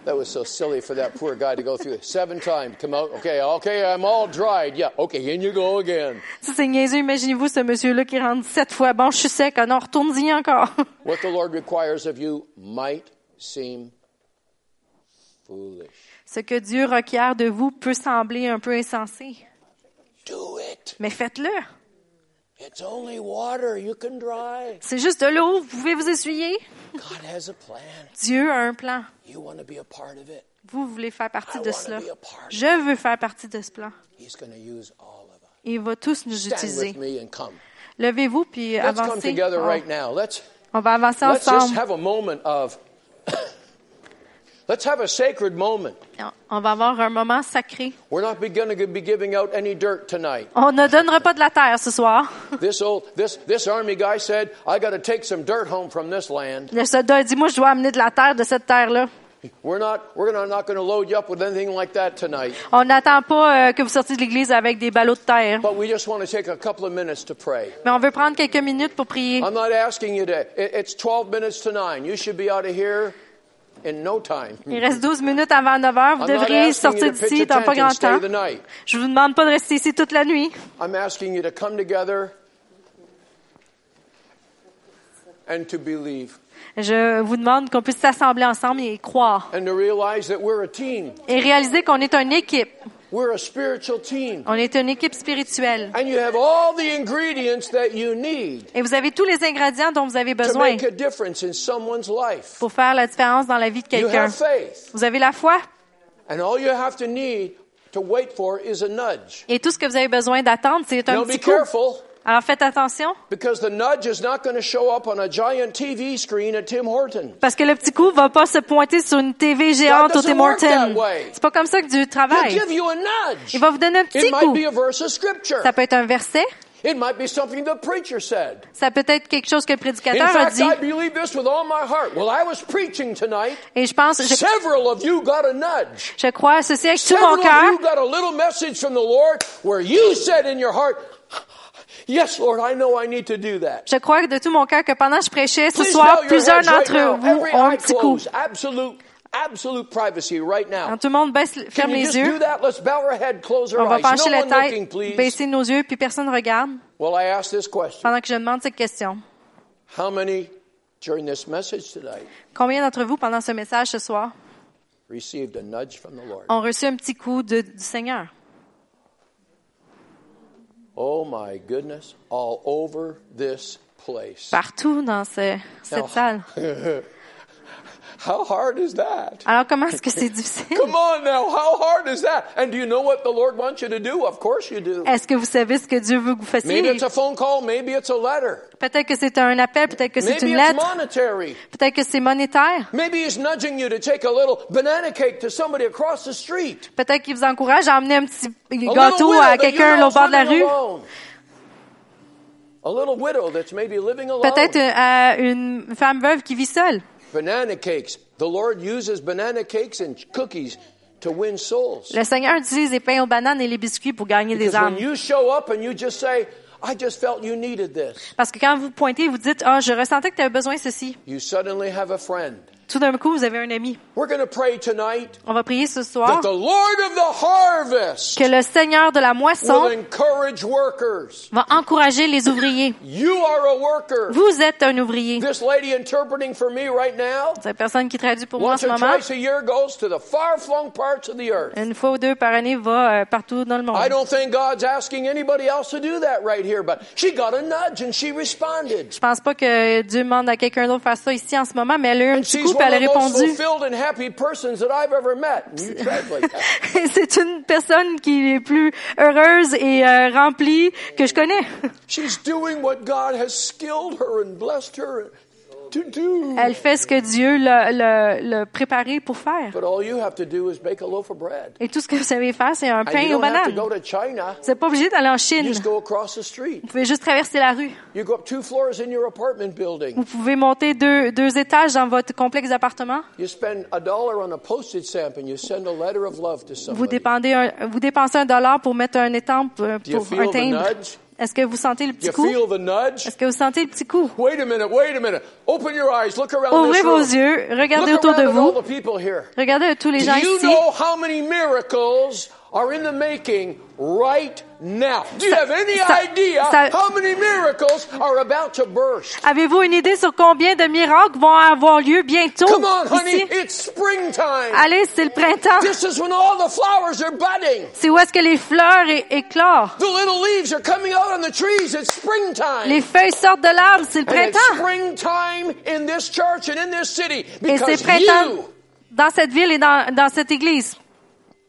Speaker 2: That was so silly for that poor guy to go through it. Seven times, come out. Okay, okay, I'm all dried. Yeah, okay, in you go again.
Speaker 3: Ça, c'est niaiseux. Imaginez-vous ce monsieur-là qui rentre sept fois. Bon, je suis sec. Ah non, retourne-y encore.
Speaker 2: What the Lord requires of you might seem foolish.
Speaker 3: Ce que Dieu requiert de vous peut sembler un peu insensé.
Speaker 2: Do it.
Speaker 3: Mais faites-le.
Speaker 2: It's only water. You can dry.
Speaker 3: C'est juste de l'eau. Vous pouvez vous essuyer.
Speaker 2: God has a plan.
Speaker 3: Dieu a un plan.
Speaker 2: You want to be a part of it.
Speaker 3: Vous voulez faire partie de cela.
Speaker 2: part.
Speaker 3: Je veux faire partie de ce plan.
Speaker 2: He's going to use all of us.
Speaker 3: Il va tous nous
Speaker 2: Stand
Speaker 3: utiliser.
Speaker 2: with me and come.
Speaker 3: Levez-vous puis
Speaker 2: Let's come
Speaker 3: avancez.
Speaker 2: together
Speaker 3: On-
Speaker 2: right now. Let's
Speaker 3: On va avancer
Speaker 2: let's just
Speaker 3: ensemble.
Speaker 2: have a moment of. let's have a sacred moment.
Speaker 3: On va avoir un moment sacré.
Speaker 2: We're not going to be giving out any dirt tonight.
Speaker 3: On ne donnera pas de la terre ce soir.
Speaker 2: This old this this army guy said, "I got to take some dirt home from this land."
Speaker 3: Le soldat a dit, moi, je dois amener de la terre de cette terre-là.
Speaker 2: We're not we're gonna, not going to load you up with anything like that tonight.
Speaker 3: On n'attend pas euh, que vous sortiez de l'église avec des ballots de terre.
Speaker 2: But we just want to take a couple of minutes to pray.
Speaker 3: Mais on veut prendre quelques minutes pour prier.
Speaker 2: I'm not asking you to. It, it's 12 minutes to nine. You should be out of here in no time.
Speaker 3: Il reste 12 minutes avant 9 heures. Vous
Speaker 2: I'm not
Speaker 3: devriez
Speaker 2: asking you
Speaker 3: sortir
Speaker 2: to pitch
Speaker 3: d'ici
Speaker 2: a
Speaker 3: dans pas
Speaker 2: tent
Speaker 3: grand
Speaker 2: and stay
Speaker 3: temps.
Speaker 2: the night.
Speaker 3: Je vous demande pas de rester ici toute la nuit.
Speaker 2: I'm asking you to come together and to believe
Speaker 3: Je vous demande qu'on puisse s'assembler ensemble et croire.
Speaker 2: and to realize that we're a team.
Speaker 3: Et réaliser qu'on est une équipe.
Speaker 2: We're a spiritual team.
Speaker 3: On est une équipe spirituelle.
Speaker 2: And you have all the ingredients that you need
Speaker 3: Et vous avez tous les ingrédients dont vous avez
Speaker 2: to
Speaker 3: besoin
Speaker 2: make a difference in someone's life.
Speaker 3: pour faire la différence dans la vie de
Speaker 2: You
Speaker 3: quelqu'un.
Speaker 2: have faith,
Speaker 3: Vous avez la foi
Speaker 2: and all you have to need to wait for is a nudge.
Speaker 3: et tout ce que vous avez besoin d'attendre, c'est un
Speaker 2: Now be
Speaker 3: petit coup.
Speaker 2: careful
Speaker 3: Alors faites attention
Speaker 2: because the nudge is not going to show up on a giant TV screen at Tim Hortons.
Speaker 3: parce que le petit coup va pas se pointer sur une TV géante
Speaker 2: God
Speaker 3: au
Speaker 2: doesn't
Speaker 3: Tim
Speaker 2: work that
Speaker 3: Hortons.
Speaker 2: way.
Speaker 3: C'est pas comme ça que Dieu
Speaker 2: He'll
Speaker 3: travaille.
Speaker 2: give you a nudge.
Speaker 3: Il va vous donner un petit
Speaker 2: It might
Speaker 3: coup.
Speaker 2: be a verse of scripture.
Speaker 3: Ça peut être un verset,
Speaker 2: It might be something the preacher said.
Speaker 3: ça peut être quelque chose que le
Speaker 2: In
Speaker 3: prédicateur a
Speaker 2: fact,
Speaker 3: dit.
Speaker 2: I believe this with all my heart. Well, I was preaching tonight.
Speaker 3: Et je pense, je,
Speaker 2: Several of you got a nudge.
Speaker 3: je crois à ceci avec tout
Speaker 2: Several
Speaker 3: mon
Speaker 2: of
Speaker 3: cœur.
Speaker 2: you got a little message from the Lord where you said in your heart, Yes, Lord, I know I need to do that.
Speaker 3: Je crois de tout mon cœur que pendant que je prêchais ce
Speaker 2: Please
Speaker 3: soir,
Speaker 2: bow your
Speaker 3: plusieurs
Speaker 2: heads right
Speaker 3: d'entre
Speaker 2: now.
Speaker 3: vous
Speaker 2: Every
Speaker 3: ont un
Speaker 2: eye
Speaker 3: petit coup.
Speaker 2: closed. Absolute, absolute privacy right now.
Speaker 3: Quand tout le monde baisse,
Speaker 2: Can
Speaker 3: ferme
Speaker 2: you
Speaker 3: les
Speaker 2: just do
Speaker 3: yeux,
Speaker 2: that? Let's bow our head, close
Speaker 3: on
Speaker 2: our
Speaker 3: va
Speaker 2: eyes.
Speaker 3: pencher
Speaker 2: No
Speaker 3: la
Speaker 2: one looking,
Speaker 3: tête,
Speaker 2: please.
Speaker 3: baisser nos yeux, puis personne ne regarde
Speaker 2: Well, I ask this question.
Speaker 3: pendant que je demande cette question.
Speaker 2: How many during this message tonight
Speaker 3: Combien d'entre vous, pendant ce message ce soir,
Speaker 2: received a nudge from the Lord?
Speaker 3: ont reçu un petit coup de- du Seigneur?
Speaker 2: Oh my goodness, all over this place.
Speaker 3: partout dans ce- cette
Speaker 2: Oh.
Speaker 3: salle.
Speaker 2: How hard is that?
Speaker 3: Alors comment est-ce que c'est difficile?
Speaker 2: Come on now, how hard is that? And do you know what the Lord wants you to do? Of course you do.
Speaker 3: Est-ce que vous savez ce que Dieu veut que vous fassiez?
Speaker 2: Maybe it's a phone call, maybe it's a letter,
Speaker 3: Peut-être que c'est un appel, peut-être que c'est
Speaker 2: maybe
Speaker 3: une
Speaker 2: it's
Speaker 3: lettre,
Speaker 2: monetary.
Speaker 3: peut-être que c'est monétaire,
Speaker 2: Maybe he's nudging you to take a little banana cake to somebody across the street.
Speaker 3: peut-être qu'il vous encourage à emmener un petit
Speaker 2: A little
Speaker 3: gâteau
Speaker 2: widow that
Speaker 3: à
Speaker 2: you
Speaker 3: quelqu'un
Speaker 2: know
Speaker 3: au
Speaker 2: is
Speaker 3: bord de la
Speaker 2: living
Speaker 3: rue,
Speaker 2: alone. A little widow that's maybe living alone.
Speaker 3: peut-être euh, à une femme veuve qui vit seule.
Speaker 2: Banana cakes. The Lord uses banana cakes and cookies to win souls.
Speaker 3: Le Seigneur utilise les pains aux bananes et les biscuits pour gagner des
Speaker 2: Because
Speaker 3: âmes.
Speaker 2: when you show up and you just say, I just felt you needed this,
Speaker 3: Parce que quand vous pointez, vous dites, ah, je ressentais que tu avais besoin de ceci.
Speaker 2: you suddenly have a friend.
Speaker 3: Tout d'un coup, vous avez un ami.
Speaker 2: We're going to pray tonight
Speaker 3: On va prier ce soir
Speaker 2: that the Lord of the harvest
Speaker 3: que le Seigneur de la
Speaker 2: will
Speaker 3: moisson
Speaker 2: encourage workers.
Speaker 3: va encourager les ouvriers.
Speaker 2: You are a worker.
Speaker 3: Vous êtes un ouvrier.
Speaker 2: This lady interpreting for me right now,
Speaker 3: Cette personne qui traduit pour moi en
Speaker 2: once
Speaker 3: ce
Speaker 2: or
Speaker 3: moment,
Speaker 2: twice a year, goes to the far flung parts of the earth.
Speaker 3: une fois ou deux par année, va euh, partout dans le monde.
Speaker 2: I don't think God's asking anybody else to do that right here, but she got a nudge and she responded.
Speaker 3: Je pense pas que Dieu demande à quelqu'un d'autre de faire ça ici en ce moment, mais elle a eu un
Speaker 2: And
Speaker 3: petit
Speaker 2: she's
Speaker 3: coup et
Speaker 2: one
Speaker 3: elle a
Speaker 2: of the most
Speaker 3: répondu.
Speaker 2: fulfilled and happy persons that I've ever met. And you translate that.
Speaker 3: C'est une personne qui est plus heureuse et euh, remplie que je connais.
Speaker 2: She's doing what God has skilled her and blessed her to do.
Speaker 3: Elle fait ce que Dieu l'a- l'a l'a préparé pour faire.
Speaker 2: But all you have to do is bake a loaf of bread.
Speaker 3: Et tout ce que vous savez faire, c'est un
Speaker 2: And you
Speaker 3: pain aux
Speaker 2: don't have to
Speaker 3: bananes.
Speaker 2: go
Speaker 3: Vous
Speaker 2: to China.
Speaker 3: n'êtes pas obligé d'aller en
Speaker 2: You
Speaker 3: Chine.
Speaker 2: just go across the street.
Speaker 3: Vous pouvez juste traverser la rue.
Speaker 2: You go up two floors in your apartment building.
Speaker 3: Vous pouvez monter deux, deux étages dans votre complexe d'appartements.
Speaker 2: You spend a dollar on a postage stamp and you send a letter of love to
Speaker 3: Vous,
Speaker 2: somebody.
Speaker 3: dépendez un- vous dépensez un dollar pour mettre un étampe euh,
Speaker 2: Do you
Speaker 3: pour un
Speaker 2: feel the
Speaker 3: timbre.
Speaker 2: nudge?
Speaker 3: Est-ce que vous sentez le petit
Speaker 2: You
Speaker 3: coup?
Speaker 2: feel the nudge?
Speaker 3: Est-ce que vous sentez le petit coup?
Speaker 2: Wait a minute, wait a minute. Open your eyes. Look around
Speaker 3: Ouvrez
Speaker 2: this
Speaker 3: vos
Speaker 2: room.
Speaker 3: yeux,
Speaker 2: Look
Speaker 3: regardez autour
Speaker 2: around
Speaker 3: de
Speaker 2: at all
Speaker 3: vous,
Speaker 2: the people here.
Speaker 3: regardez tous les
Speaker 2: Do
Speaker 3: gens
Speaker 2: you
Speaker 3: ici.
Speaker 2: know how many miracles are in the making right now? Do you
Speaker 3: Ça-
Speaker 2: have any
Speaker 3: ça-
Speaker 2: idea
Speaker 3: ça-
Speaker 2: how many miracles are about to burst?
Speaker 3: Avez-vous une idée sur combien de miracles vont avoir lieu bientôt
Speaker 2: Come on, honey,
Speaker 3: ici?
Speaker 2: it's springtime.
Speaker 3: Allez, c'est le printemps.
Speaker 2: This is when all the flowers are budding.
Speaker 3: C'est où est-ce que les fleurs é- éclorent.
Speaker 2: The little leaves are coming out on the trees. It's springtime.
Speaker 3: Les feuilles sortent de l'arbre, c'est le
Speaker 2: and it's
Speaker 3: printemps.
Speaker 2: springtime in this church and in this city
Speaker 3: Et c'est
Speaker 2: because
Speaker 3: printemps
Speaker 2: you,
Speaker 3: dans cette ville et dans, dans cette église.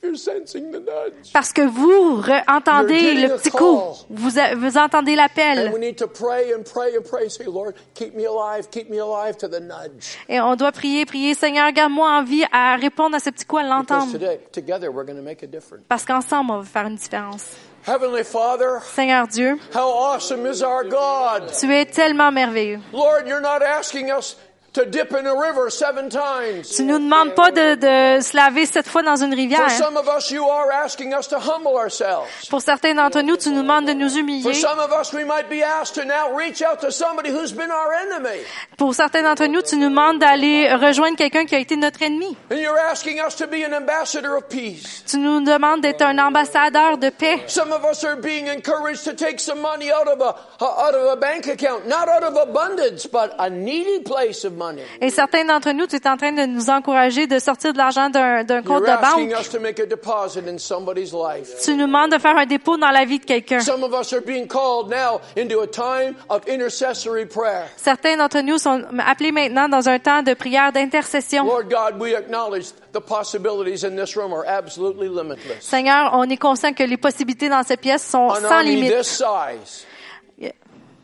Speaker 2: you're sensing the nudge.
Speaker 3: Parce que vous re- entendez
Speaker 2: You're getting
Speaker 3: le
Speaker 2: a
Speaker 3: petit
Speaker 2: call.
Speaker 3: coup. Vous, a- vous entendez
Speaker 2: And we
Speaker 3: l'appel.
Speaker 2: need to pray and pray and pray. Say, Lord, keep me alive, keep me alive to the nudge.
Speaker 3: Et on doit prier, prier. Seigneur, garde-moi en vie à répondre à ce petit coup, à
Speaker 2: Because
Speaker 3: l'entendre.
Speaker 2: today, together, we're going to make a difference.
Speaker 3: Parce qu'ensemble, on va faire une différence.
Speaker 2: Heavenly Father,
Speaker 3: Seigneur Dieu,
Speaker 2: how awesome is our God.
Speaker 3: tu es tellement merveilleux.
Speaker 2: Lord, you're not asking us to dip in a river seven times.
Speaker 3: Tu nous demandes pas de, de se laver sept fois dans une
Speaker 2: For
Speaker 3: rivière. hein.
Speaker 2: some of us, you are asking us to humble ourselves.
Speaker 3: Pour certains d'entre nous, tu nous demandes de nous
Speaker 2: For
Speaker 3: humilier.
Speaker 2: some of us, we might be asked to now reach out to somebody who's been our enemy.
Speaker 3: Pour certains d'entre nous, tu nous demandes d'aller rejoindre quelqu'un qui a été notre ennemi.
Speaker 2: And you're asking us to be an ambassador of peace.
Speaker 3: Tu nous demandes d'être un ambassadeur de paix.
Speaker 2: Some of us are being encouraged to take some money out of a out of a bank account, not out of abundance, but a needy place of money.
Speaker 3: Et certains d'entre nous, tu es en train de nous encourager de sortir de l'argent d'un d'un compte
Speaker 2: You're
Speaker 3: de
Speaker 2: asking us
Speaker 3: banque.
Speaker 2: to make a deposit in somebody's life.
Speaker 3: Tu nous demandes de faire un dépôt dans la vie de quelqu'un.
Speaker 2: Some of us are being called now into a time of intercessory prayer.
Speaker 3: Certains d'entre nous sont appelés maintenant dans un temps de prière d'intercession.
Speaker 2: Lord God, we acknowledge the possibilities in this room are absolutely limitless.
Speaker 3: Seigneur, on est conscient que les possibilités dans cette pièce sont
Speaker 2: An
Speaker 3: sans
Speaker 2: army
Speaker 3: limite.
Speaker 2: this size,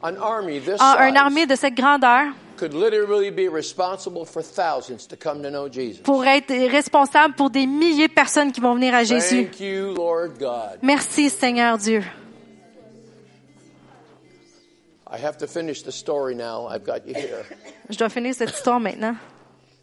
Speaker 2: an army this
Speaker 3: Ah, Une
Speaker 2: size
Speaker 3: armée de cette grandeur
Speaker 2: could literally be responsible for thousands to come to know Jesus.
Speaker 3: pour être responsable pour des milliers de personnes qui vont venir à Jésus.
Speaker 2: Thank you, Lord God.
Speaker 3: Merci, Seigneur Dieu.
Speaker 2: I have to finish the story now. I've got you here.
Speaker 3: Je dois finir cette histoire maintenant.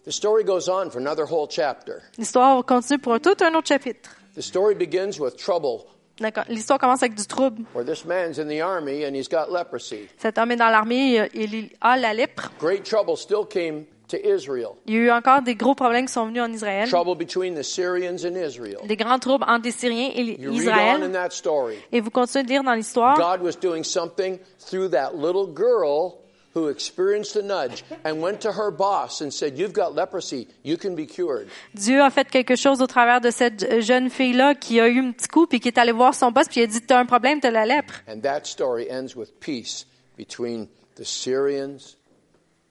Speaker 2: The story goes on for another whole chapter.
Speaker 3: L'histoire continue pour tout un autre chapitre.
Speaker 2: The story begins with trouble
Speaker 3: D'accord. L'histoire commence avec du trouble.
Speaker 2: where this man's in the army and he's got leprosy.
Speaker 3: Cet homme est dans l'armée, il il a la lèpre.
Speaker 2: Great trouble still came to Israel.
Speaker 3: Il y a eu encore des gros problèmes qui sont venus en Israël.
Speaker 2: Trouble between the Syrians and Israel.
Speaker 3: Des grands troubles entre les Syriens et
Speaker 2: You read on in
Speaker 3: Israël.
Speaker 2: that story.
Speaker 3: Et vous continuez de lire dans l'histoire.
Speaker 2: God was doing something through that little girl who experienced a nudge and went to her boss and said, You've got leprosy, you can be cured.
Speaker 3: Dieu a fait quelque chose au travers de cette jeune fille-là qui a eu un petit coup puis qui est allée voir son boss puis il a dit T'as un problème, t'as la lèpre.
Speaker 2: And that story ends with peace between the Syrians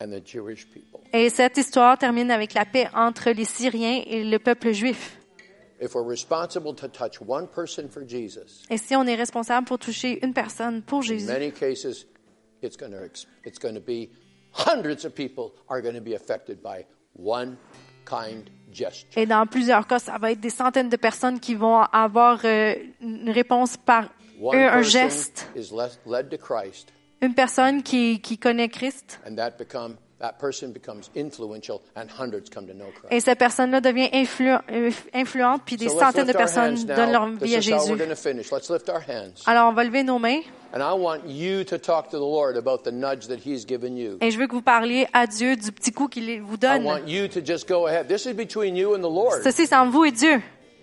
Speaker 2: and the Jewish people.
Speaker 3: Et cette histoire termine avec la paix entre les Syriens et le peuple juif.
Speaker 2: If we're responsible to touch one person for Jesus,
Speaker 3: Et si on est responsable pour toucher une personne pour Jésus,
Speaker 2: in many cases, it's going to it's going to be hundreds of people are going to be affected by one kind gesture.
Speaker 3: et dans plusieurs cas, ça va être des centaines de personnes qui vont avoir euh, une réponse par
Speaker 2: One
Speaker 3: eux, un
Speaker 2: person
Speaker 3: geste.
Speaker 2: is led, led to Christ,
Speaker 3: Une personne qui, qui connaît Christ
Speaker 2: and that become that person becomes influential, and hundreds come to know Christ.
Speaker 3: et cette personne-là devient influ- euh, influente puis des
Speaker 2: So let's
Speaker 3: centaines de
Speaker 2: lift our hands
Speaker 3: personnes
Speaker 2: now.
Speaker 3: donnent leur vie à
Speaker 2: This is how
Speaker 3: Jésus. Ah.
Speaker 2: we're going to finish. Let's lift our hands.
Speaker 3: Alors on va lever nos mains
Speaker 2: And I want you to talk to the Lord about the nudge that He's given you.
Speaker 3: et je veux que vous parliez à Dieu du petit coup qu'il vous
Speaker 2: I
Speaker 3: donne.
Speaker 2: want you to just go ahead. This is between you and the Lord.
Speaker 3: Ceci, c'est en vous et Dieu.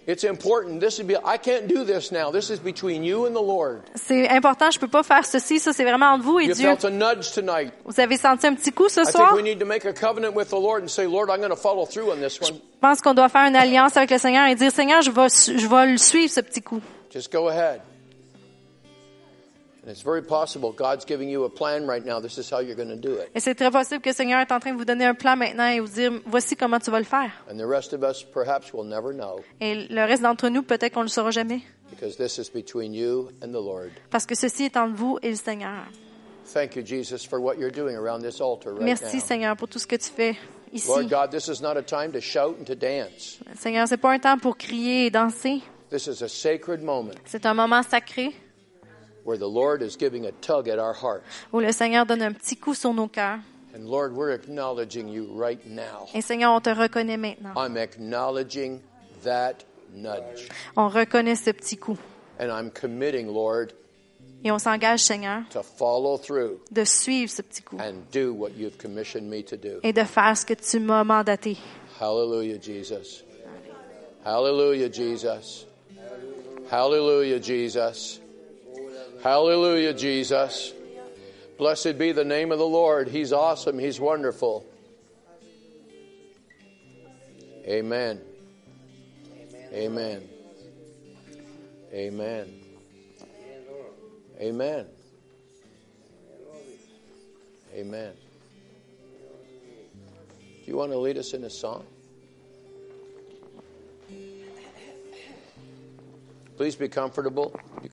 Speaker 2: It's important. This is be, I can't do this now. This is between you and the Lord.
Speaker 3: C'est important, je peux pas faire ceci, ça c'est vraiment entre vous et
Speaker 2: You
Speaker 3: Dieu.
Speaker 2: felt a nudge tonight.
Speaker 3: Vous avez senti un petit coup ce
Speaker 2: I think
Speaker 3: soir?
Speaker 2: we need to make a covenant with the Lord and say, Lord, I'm going to follow through on this one.
Speaker 3: Je pense qu'on doit faire une alliance avec le Seigneur et dire, Seigneur, je vais, su- je vais le suivre, ce petit coup.
Speaker 2: Just go ahead. And it's very possible God's giving you a plan right now. This is how you're going to do it.
Speaker 3: Et c'est très possible que le Seigneur est en train de vous donner un plan maintenant et vous dire, voici comment tu vas le faire.
Speaker 2: And the rest of us perhaps will never know
Speaker 3: Et le reste d'entre nous, peut-être qu'on ne le saura jamais.
Speaker 2: because this is between you and the Lord.
Speaker 3: Parce que ceci est entre vous et le Seigneur.
Speaker 2: Thank you, Jesus, for what you're doing around this altar right
Speaker 3: Merci,
Speaker 2: now.
Speaker 3: Seigneur, pour tout ce que tu fais ici.
Speaker 2: um, Lord God, this is not a time to shout and to dance.
Speaker 3: Seigneur, c'est pas un temps pour crier et danser.
Speaker 2: This is a sacred moment
Speaker 3: C'est un moment sacré
Speaker 2: where the Lord is giving a tug at our hearts.
Speaker 3: où le Seigneur donne un petit coup sur nos cœurs.
Speaker 2: And Lord, we're acknowledging you right now.
Speaker 3: Et Seigneur, on te reconnaît maintenant.
Speaker 2: I'm acknowledging that nudge.
Speaker 3: On reconnaît ce petit coup.
Speaker 2: And I'm committing, Lord,
Speaker 3: Et on s'engage, Seigneur,
Speaker 2: to follow through
Speaker 3: de suivre ce petit coup
Speaker 2: and do what you've commissioned me to do.
Speaker 3: et de faire ce que tu m'as mandaté.
Speaker 2: Hallelujah, Jesus. Hallelujah, Jesus. Hallelujah, Jesus. Hallelujah, Jesus. Blessed be the name of the Lord. He's awesome. He's wonderful. Amen. Amen. Amen. Amen. Amen. Do you want to lead us in a song? Please be comfortable.